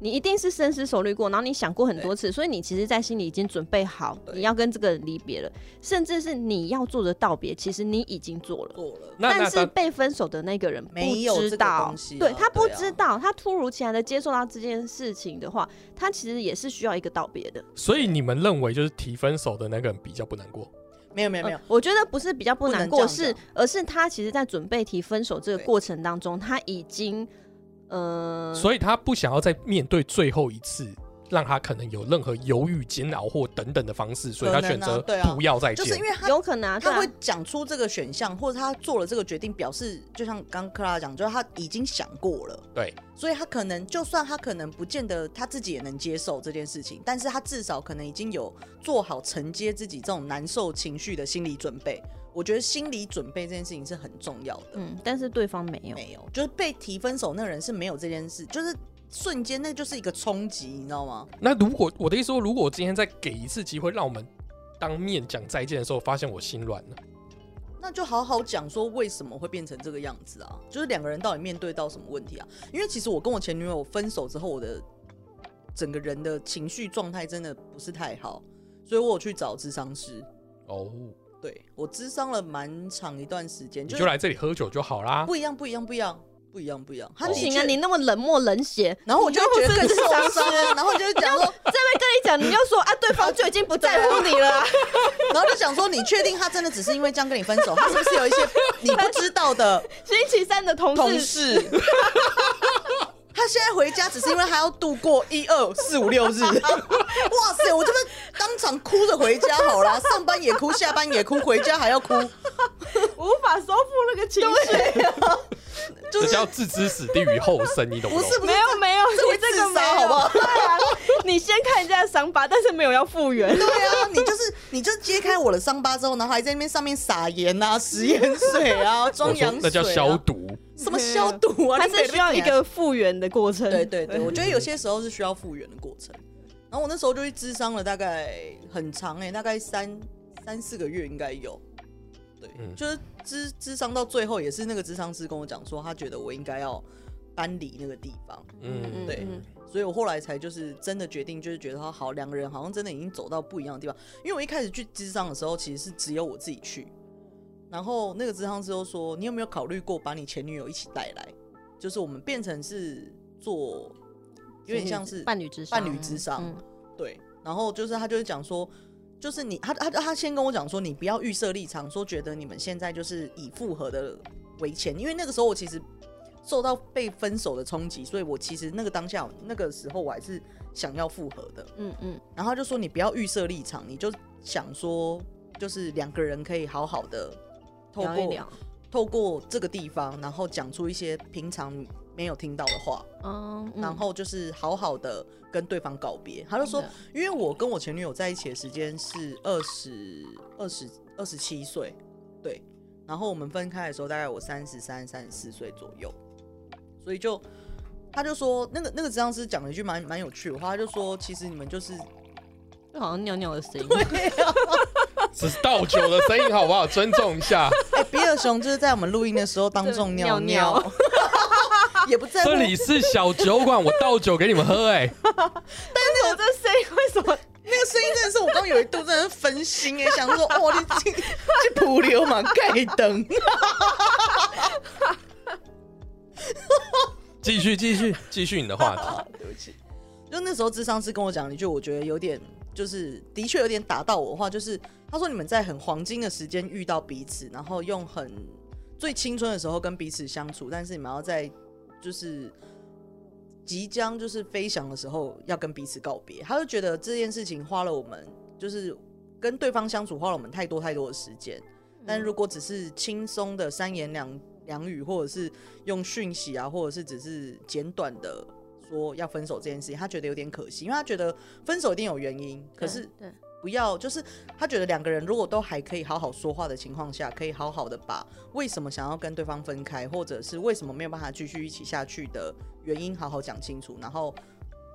D: 你一定是深思熟虑过，然后你想过很多次，所以你其实，在心里已经准备好
C: 对
D: 你要跟这个人离别了，甚至是你要做的道别，其实你已经做了。
C: 做了。
B: 那那
D: 但是
B: 那
D: 被分手的那个人不
C: 没有这
D: 知
C: 个
D: 道
C: 东，西啊
D: 对他不
C: 对啊
D: 知道，他突如其来的接受到这件事情的话，他其实也是需要一个道别的。
B: 所以你们认为就是提分手的那个人比较不难过。
C: 没有没有没有
D: 呃，我觉得不是比较不难过，
C: 不能这
D: 是
C: 样讲
D: 而是他其实在准备提分手这个
C: 对
D: 过程当中，他已经
C: 嗯
D: 呃，
B: 所以他不想要再面对最后一次，让他可能有任何犹豫、煎熬或等等的方式，所以他选择
C: 对啊
B: 不要再
C: 就是
B: 见
C: 因。为他
D: 有可能啊，对
C: 他
D: 啊
C: 会讲出这个选项，或者他做了这个决定，表示就像刚克拉讲，就是他已经想过了，
B: 对，
C: 所以他可能就算他可能不见得他自己也能接受这件事情，但是他至少可能已经有做好承接自己这种难受情绪的心理准备。我觉得心理准备这件事情是很重要的。
D: 嗯，但是对方没有，
C: 没有，就是被提分手那个人是没有这件事，就是瞬间那就是一个冲击，你知道吗？
B: 那如果我的意思说，如果我今天再给一次机会，让我们当面讲再见的时候，发现我心软了，
C: 那就好好讲说为什么会变成这个样子啊？就是两个人到底面对到什么问题啊？因为其实我跟我前女友分手之后，我的整个人的情绪状态真的不是太好，所以我有去找智商师。
B: 哦，
C: 对我智商了蛮长一段时间，
B: 你
C: 就
B: 就是来这里喝酒就好啦。
C: 不一样，不一样，不一样，不一样，不一样。他
B: 哦
D: 不
C: 的
D: 行啊！
C: 确
D: 你，那么冷漠冷血，
C: 然后我就
D: 你
C: 觉得
D: 又不
C: 更
D: 是智
C: 受
D: 商师
C: 伤啊，然后我就讲说，
D: 这边跟你讲，你又说啊，对方就已经不在乎你了 啊，
C: 然后就想说，你确定他真的只是因为这样跟你分手？他是不是有一些你不知道的？
D: 星期三的同
C: 同
D: 事
C: 事。 他现在回家只是因为他要度过一二四五六日， 哇塞！我这边当场哭着回家好啦，上班也哭，下班也哭，回家还要哭，
D: 无法收复那个情 绪，
C: 就
B: 这
C: 是
B: 叫置之死地于后生，你懂
C: 不
B: 懂？
C: 是不是
D: 没有没有，
C: 这会
D: 你这个
C: 自
D: 没
C: 杀好
D: 有，
C: 不好
D: 对啊，你先看人家的伤疤，但是没有要复原。
C: 对啊，你就是你就揭开我的伤疤之后，然后还在那边上面撒盐啊、食盐水啊、
B: 我
C: 装
B: 说
C: 羊水、啊，
B: 那叫消毒。
C: 什么消毒啊？
D: 它
C: 你每
D: 是需要一个复原的过程。
C: 对对对，我觉得有些时候是需要复原的过程。然后我那时候就去智商了，大概很长哎、大概三三四个月应该有。对，
B: 嗯
C: 就是智智商到最后也是那个智商师跟我讲说，他觉得我应该要搬离那个地方，
B: 嗯，
C: 对
D: 嗯
C: 所以我后来才就是真的决定，就是觉得他好，两个人好像真的已经走到不一样的地方。因为我一开始去智商的时候，其实是只有我自己去，然后那个智商师又说，你有没有考虑过把你前女友一起带来？就是我们变成是做。有
D: 嗯
C: 点像是
D: 伴侣之
C: 伴侣之上，对，然后就是他就是讲说，就是你他他他先跟我讲说，你不要预设立场，说觉得你们现在就是以复合的为前，因为那个时候我其实受到被分手的冲击，所以我其实那个当下那个时候我还是想要复合的。
D: 嗯嗯
C: 然后他就说你不要预设立场，你就想说就是两个人可以好好的透过
D: 嗯，聊一聊。
C: 透过这个地方，然后讲出一些平常没有听到的话，
D: 嗯，嗯
C: 然后就是好好的跟对方告别。他就说
D: 真的，
C: 因为我跟我前女友在一起的时间是二十二十二十七岁，对，然后我们分开的时候大概我三十三、三十四岁左右，所以就他就说，那个那个治疗师讲了一句蛮蛮有趣的话，他就说，其实你们 就是哎
D: 就好像尿尿的声 音。
B: 只是倒酒的声音好不好？尊重一 下。
C: 哎，比尔熊就是在我们录音的时候当众尿
D: 对尿
C: 尿
D: 尿。
C: 也不在乎
B: 这，里是小酒馆，我倒酒给你们喝、哎。
D: 但是我这声音为什么？
C: 那个声音真的是我刚刚有一度真的是分心哎、想说哦，你去 去普流嘛盖灯，
B: 继续继续继续你的话题，
C: 对不起。就那时候，智商师跟我讲了一句，我觉得有点，就是的确有点打到我的话，就是他说你们在很黄金的时间遇到彼此，然后用很最青春的时候跟彼此相处，但是你们要在就是即将就是飞翔的时候要跟彼此告别。他就觉得这件事情花了我们，就是跟对方相处花了我们太多太多的时间，
D: 嗯
C: 但如果只是轻松的三言两两语，或者是用讯息啊，或者是只是简短的说要分手这件事情，他觉得有点可惜，因为他觉得分手一定有原因，可是
D: 对对
C: 不要就是他觉得两个人如果都还可以好好说话的情况下，可以好好的把为什么想要跟对方分开，或者是为什么没有办法继续一起下去的原因好好讲清楚，然后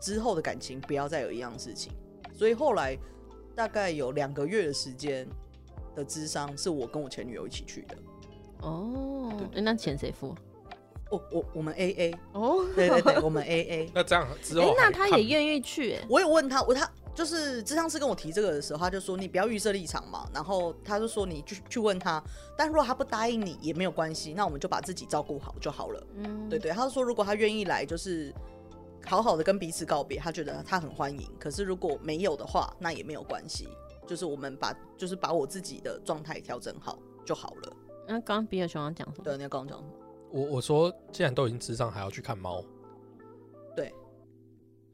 C: 之后的感情不要再有一样事情。所以后来大概有两个月的时间的智商是我跟我前女友一起去的，
D: 哦，诶那钱谁付？
C: 我哦我我们 A A，
D: 哦，
C: 对对对，我们 A A。
B: 那这样之
D: 哎、
B: 后
D: 那
B: 还
D: 他
B: 看
D: 也愿意去、诶
C: 我有问他，我他就是智商师跟我提这个的时候，他就说你不要预设立场嘛，然后他就说你去去问他，但如果他不答应你也没有关系，那我们就把自己照顾好就好了。
D: 嗯，
C: 对对，他就说如果他愿意来，就是好好的跟彼此告别，他觉得他很欢迎。可是如果没有的话，那也没有关系，就是我们把就是把我自己的状态调整好就好了。
D: 那刚刚比尔熊要讲什么？
C: 对，你要跟我讲什么，
B: 我我说，既然都已经智商，还要去看猫，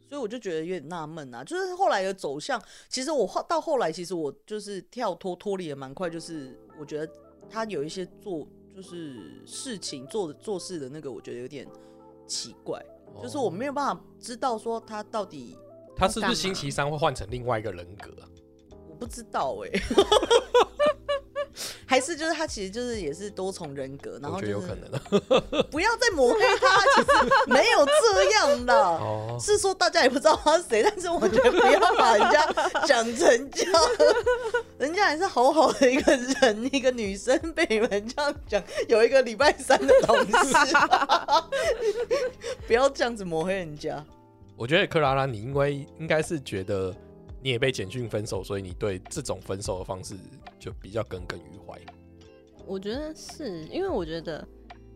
C: 所以我就觉得有点纳闷啊，就是后来的走向，其实我后到后来，其实我就是跳脱脱离的蛮快，就是我觉得他有一些做就是事情做的做事的那个，我觉得有点奇怪，就是我没有办法知道说他到底
B: 哦他是不
D: 干
B: 是星
D: 嘛
B: 期三会换成另外一个人格啊？
C: 我不知道哎、 还是就是他其实就是也是多重人格，然
B: 我
C: 后
B: 觉得有
C: 就
B: 可能啊
C: 是
B: 的
C: 不要再抹黑他，其实没有这样 的。
B: 哦。
C: 是说大家也不知道他是谁，但是我觉得不要把人家讲成这样，人家还是好好的一个人，一个女生被你们这样讲，有一个礼拜三的同事，不要这样子抹黑人家。
B: 我觉得克拉拉，你因为应该是觉得你也被简讯分手，所以你对这种分手的方式就比较耿耿于怀。
D: 我觉得是因为我觉得，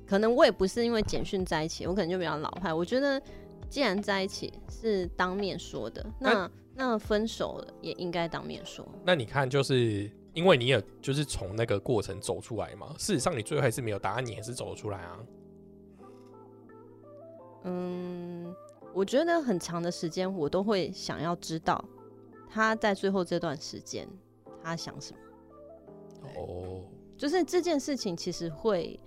D: 可能我也不是因为简讯在一起，我可能就比较老派。我觉得既然在一起是当面说的，那那分手了也应该当面说。
B: 那你看，就是因为你也就是从那个过程走出来嘛。事实上，你最后还是没有答案，你还是走得出来啊。
D: 嗯，我觉得很长的时间我都会想要知道他在最后这段时间他想什么，
B: 哦，
D: 就是这件事情其实会。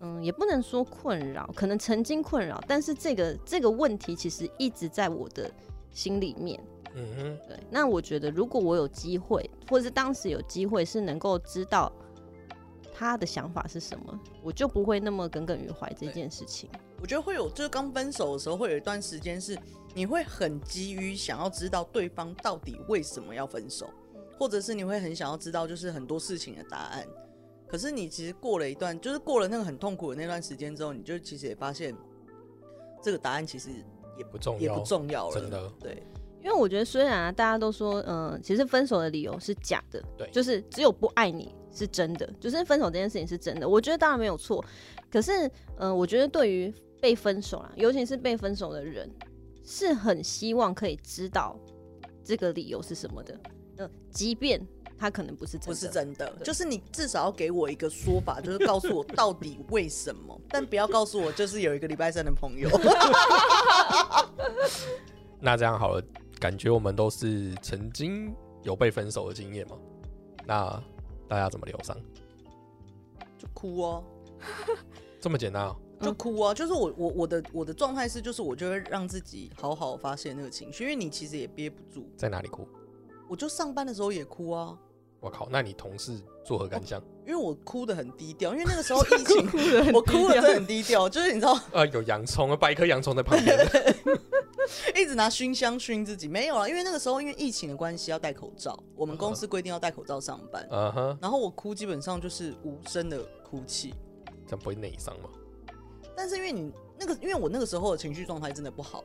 D: 嗯，也不能说困扰，可能曾经困扰，但是这个这个问题其实一直在我的心里面。
B: 嗯哼，
D: 对，那我觉得如果我有机会，或者是当时有机会是能够知道他的想法是什么，我就不会那么耿耿于怀这件事情。
C: 我觉得会有，就是刚分手的时候会有一段时间是你会很急于想要知道对方到底为什么要分手，或者是你会很想要知道就是很多事情的答案。可是你其实过了一段，就是过了那个很痛苦的那段时间之后，你就其实也发现这个答案其实也
B: 不重要，
C: 也不重要了，
B: 真的
C: 对
D: 因为我觉得虽然、啊、大家都说，嗯、其实分手的理由是假的，
B: 对
D: 就是只有不爱你是真的，就是分手这件事情是真的。我觉得当然没有错，可是，嗯、我觉得对于被分手啦，尤其是被分手的人，是很希望可以知道这个理由是什么的，嗯、即便他可能不是真的，
C: 不是 真的，
D: 对
C: 就是你至少要给我一个说法，就是告诉我到底为什么，但不要告诉我就是有一个礼拜三的朋友。
B: 那这样好了，感觉我们都是曾经有被分手的经验嘛。那大家怎么疗伤？
C: 就哭哦，
B: 这么简单啊？
C: 就哭啊！就是我我我的我的状态是，就是我就会让自己好好发泄那个情绪，因为你其实也憋不住。
B: 在哪里哭？
C: 我就上班的时候也哭啊，
B: 我靠，那你同事作何感
D: 哦
B: 想？
C: 因为我哭的很低调，因为那个时候疫情， 我哭的真的很低调，就是你知道，
B: 呃，有洋葱，摆一颗洋葱在 旁边。
C: 一直拿熏香熏自己。没有啊，因为那个时候因为疫情的关系要戴口罩，我们公司规定要戴口罩上班，
B: 嗯哼，
C: 然后我哭基本上就是无声的哭泣。
B: 这样不会内伤吗？
C: 但是因为你那个，因为我那个时候的情绪状态真的不好，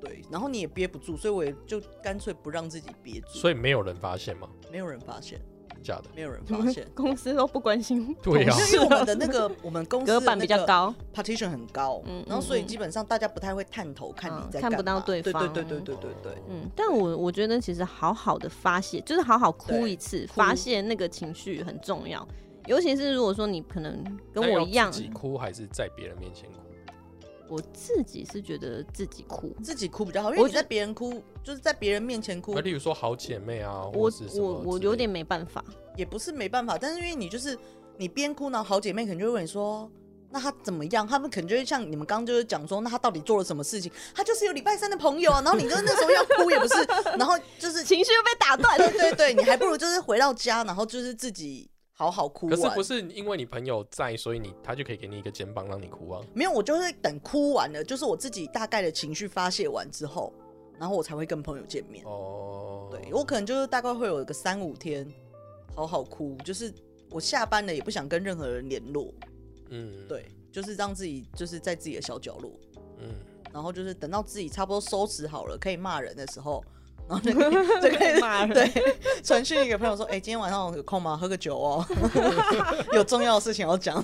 C: 对，然后你也憋不住，所以我也就干脆不让自己憋住，
B: 所以没有人发现吗？
C: 没有人发现。
B: 假的。
C: 没有人
D: 你
C: 发
D: 们
C: 现。
D: 公司都不关心
B: 对 啊呀、
C: 因为我们的那个 我们公司
D: 隔板比较
C: 高
D: 高，
C: ，partition 很高
D: 嗯嗯，
C: 然后所以
D: 嗯
C: 基本上大家不太会探头看
D: 嗯
C: 你在
D: 看
C: 干
D: 不到
C: 嘛
D: 对
C: 对对
D: 方
C: 对对对对对。
D: 嗯，但我我觉得其实好好的发泄，就是好好哭
C: 对
D: 一次，
C: 哭
D: 发泄那个情绪很重要。尤其是如果说你可能跟
B: 那要
D: 我一样，
B: 自己哭还是在别人面前哭？
D: 我自己是觉得自己哭，
C: 自己哭比较好，因
D: 我
C: 为你
D: 就
C: 在别人哭，就是在别人面前哭
B: 那，例如说好姐妹啊，或
D: 我
B: 是什么
D: 我我
B: 之类
D: 有
B: 的
D: 点没办法，
C: 也不是没办法，但是因为你就是你边哭，然后好姐妹可能就会问你说。那他怎么样？他们可能就会像你们刚刚就是讲说，那他到底做了什么事情？他就是有礼拜三的朋友啊，然后你就那时候要哭也不是， 然后就是
D: 情绪被打断。
C: 对对对，你还不如就是回到家，然后就是自己好好哭
B: 可
C: 完。
B: 是不是因为你朋友在，所以你他就可以给你一个肩膀让你哭啊？
C: 没有，我就会等哭完了，就是我自己大概的情绪发泄完之后，然后我才会跟朋友见面。
B: 哦，
C: 对我可能就是大概会有个三五天，好好哭，就是我下班了也不想跟任何人联络，
B: 嗯，
C: 对，就是让自己就是在自己的小角落，
B: 嗯，
C: 然后就是等到自己差不多收拾好了可以骂人的时候。然后就可以就可以
D: 骂人
C: 对，传讯息给朋友说，哎、今天晚上有空吗？喝个酒哦， 有重要的事情要讲。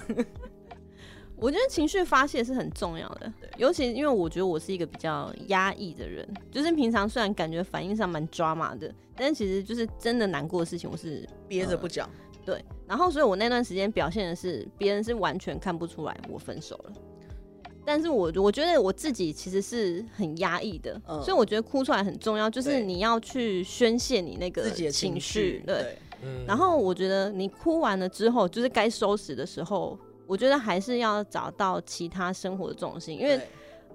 D: 我觉得情绪发泄是很重要的，尤其因为我觉得我是一个比较压抑的人，就是平常虽然感觉反应上蛮抓马的，但其实就是真的难过的事情，我是
C: 憋着不讲，
D: 对，然后所以我那段时间表现的是，别人是完全看不出来我分手了。但是我我觉得我自己其实是很压抑的，
C: 嗯
D: 所以我觉得哭出来很重要，就是
C: 对
D: 你要去宣泄你那个
C: 自己的
D: 情
C: 绪，
D: 对，
C: 对，
B: 嗯
D: 然后我觉得你哭完了之后，就是该收拾的时候，我觉得还是要找到其他生活的重心，因为
C: 对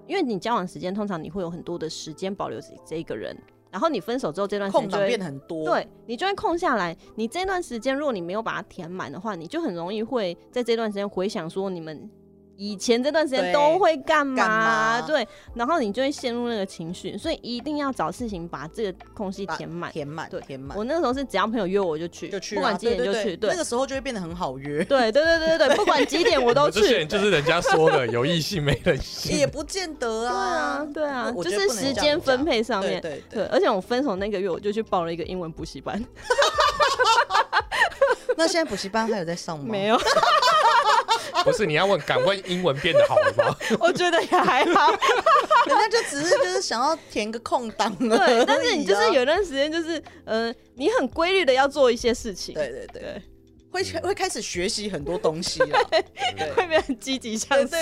D: 因为你交往时间通常你会有很多的时间保留这这一个人，然后你分手之后这段时
C: 空
D: 间就
C: 档
D: 会
C: 变得很多，
D: 对你就会空下来。你这段时间如果你没有把它填满的话，你就很容易会在这段时间回想说你们以前这段时间
C: 对
D: 都会干嘛
C: 干嘛
D: 对，然后你就会陷入那个情绪，所以一定要找事情把这个空隙
C: 把
D: 填满。
C: 填满，
D: 对
C: 填满
D: 我，那个时候是只要朋友约我就去，
C: 就去啊，
D: 不管几点就
C: 对
D: 去，
C: 对
D: 对，
C: 那个时候就会变得很好约
D: 对对对对对，不管几点我都
B: 我之
D: 去
B: 前。就是人家说的有异性没人
C: 也
B: 性，
C: 不见得
D: 对啊
C: 啊，，
D: 对啊，
C: 我
D: 就
C: 觉得
D: 是
C: 不能这
D: 时
C: 样
D: 间
C: 讲
D: 分配上
C: 对
D: 面，
C: 对
D: 对，
C: 对。
D: 而且我分手那个月，我就去报了一个英文补习班，
C: 那现在补习班还有在嗯上吗？
D: 没，有，
B: 不是你要问，敢问英文变得好了 吗？
D: 我觉得也还好。
C: 人家就只是就是想要填个空档而已啊。
D: 对，但是你就是有段时间就是呃，你很规律的要做一些事情，
C: 对对对，
D: 对，
C: 会会开始学习很多东西啊。对
D: 会变很积极向上。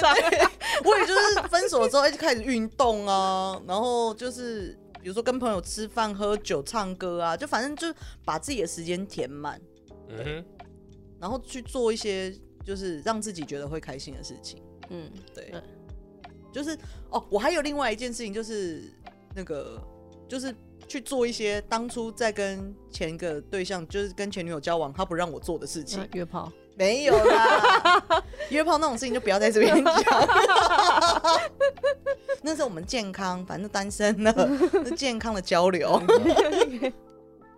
C: 我也就是分手了之后，哎就开始运动啊，然后就是比如说跟朋友吃饭、喝酒、唱歌啊，就反正就把自己的时间填满，
B: 嗯哼，
C: 然后去做一些就是让自己觉得会开心的事情。
D: 嗯，
C: 对
D: 对，
C: 就是哦，我还有另外一件事情，就是那个就是去做一些当初在跟前一个对象，就是跟前女友交往，他不让我做的事情，
D: 约炮，
C: 没有啦，约炮那种事情就不要在这边讲。 那是我们健康，反正单身 了，是健康的交流。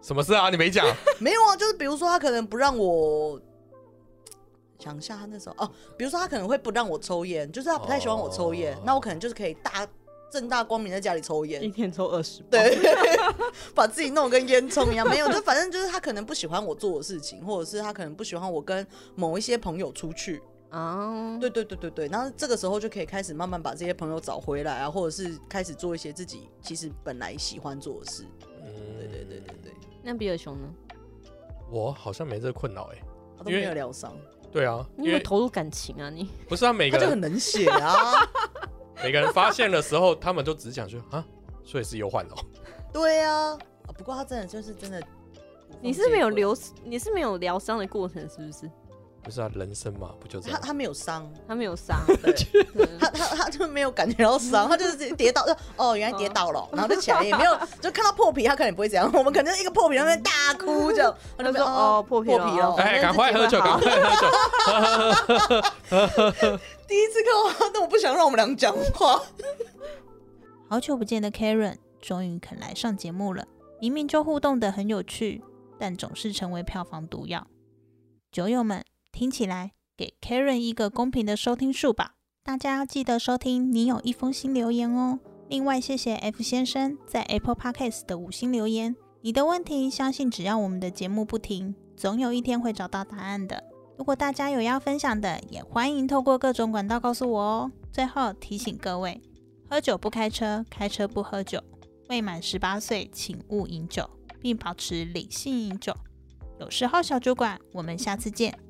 B: 什么事啊？你没讲，
C: 没有啊，就是比如说他可能不让我。想一下，他那时候哦，比如说他可能会不让我抽烟，就是他不太喜欢我抽烟，
B: 哦嗯
C: 那我可能就是可以大正大光明在家里抽烟
D: 一，天抽二十，
C: 对， 把自己弄得跟烟囱一样。没有，就反正就是他可能不喜欢我做的事情，或者是他可能不喜欢我跟某一些朋友出去，
D: 啊，
C: 对对对对对，然后这个时候就可以开始慢慢把这些朋友找回来啊，或者是开始做一些自己其实本来喜欢做的事。对
B: 对
C: 嗯对对对对，，
D: 那比尔熊呢？
B: 嗯我好像没这个困扰哎。
C: 他都
B: 因为
C: 没有疗伤，
B: 对啊，因
D: 你有没有
B: 为
D: 投入感情啊？你
B: 不是啊，每
C: 他
B: 个
C: 就
B: 人
C: 很冷血啊。
B: 每个人发现的时候，他们就只讲说啊，所以是忧患哦。
C: 对啊，啊不过他真的就是真的，
D: 你是没有，流，你是没有疗伤的过程，是不是？
B: 不是啊，人生嘛，不就这
C: 他
B: 样？
C: 他没有伤，
D: 他没有伤，
C: 对
D: 对
C: 他他他就没有感觉到伤，他就是自己跌倒就哦原来跌倒
D: 嗯
C: 了，然后就起来也没有，就看到破皮他可能也不会 这样，我们可能就一个破皮在那边大哭这样，他
D: 他
C: 就
D: 说哦破皮
C: 破
D: 了
C: 皮
D: 哦
C: 了，
B: 哎，赶快喝酒，赶
D: 反
B: 快喝酒。
C: 第一次看到他，但我不想让我们俩讲话。
A: 好久不见的 Karen 终于肯来上节目了。明明就互动的很有趣，但总是成为票房毒药。酒友们，听起来给 Karen 一个公平的收听数吧！大家要记得收听，你有一封新留言哦。另外，谢谢 F 先生在 Apple Podcast 的五星留言。你的问题，相信只要我们的节目不停，总有一天会找到答案的。如果大家有要分享的，也欢迎透过各种管道告诉我哦。最后提醒各位，喝酒不开车，开车不喝酒。未满十八岁，请勿饮酒，并保持理性饮酒。有时候小酒馆，我们下次见。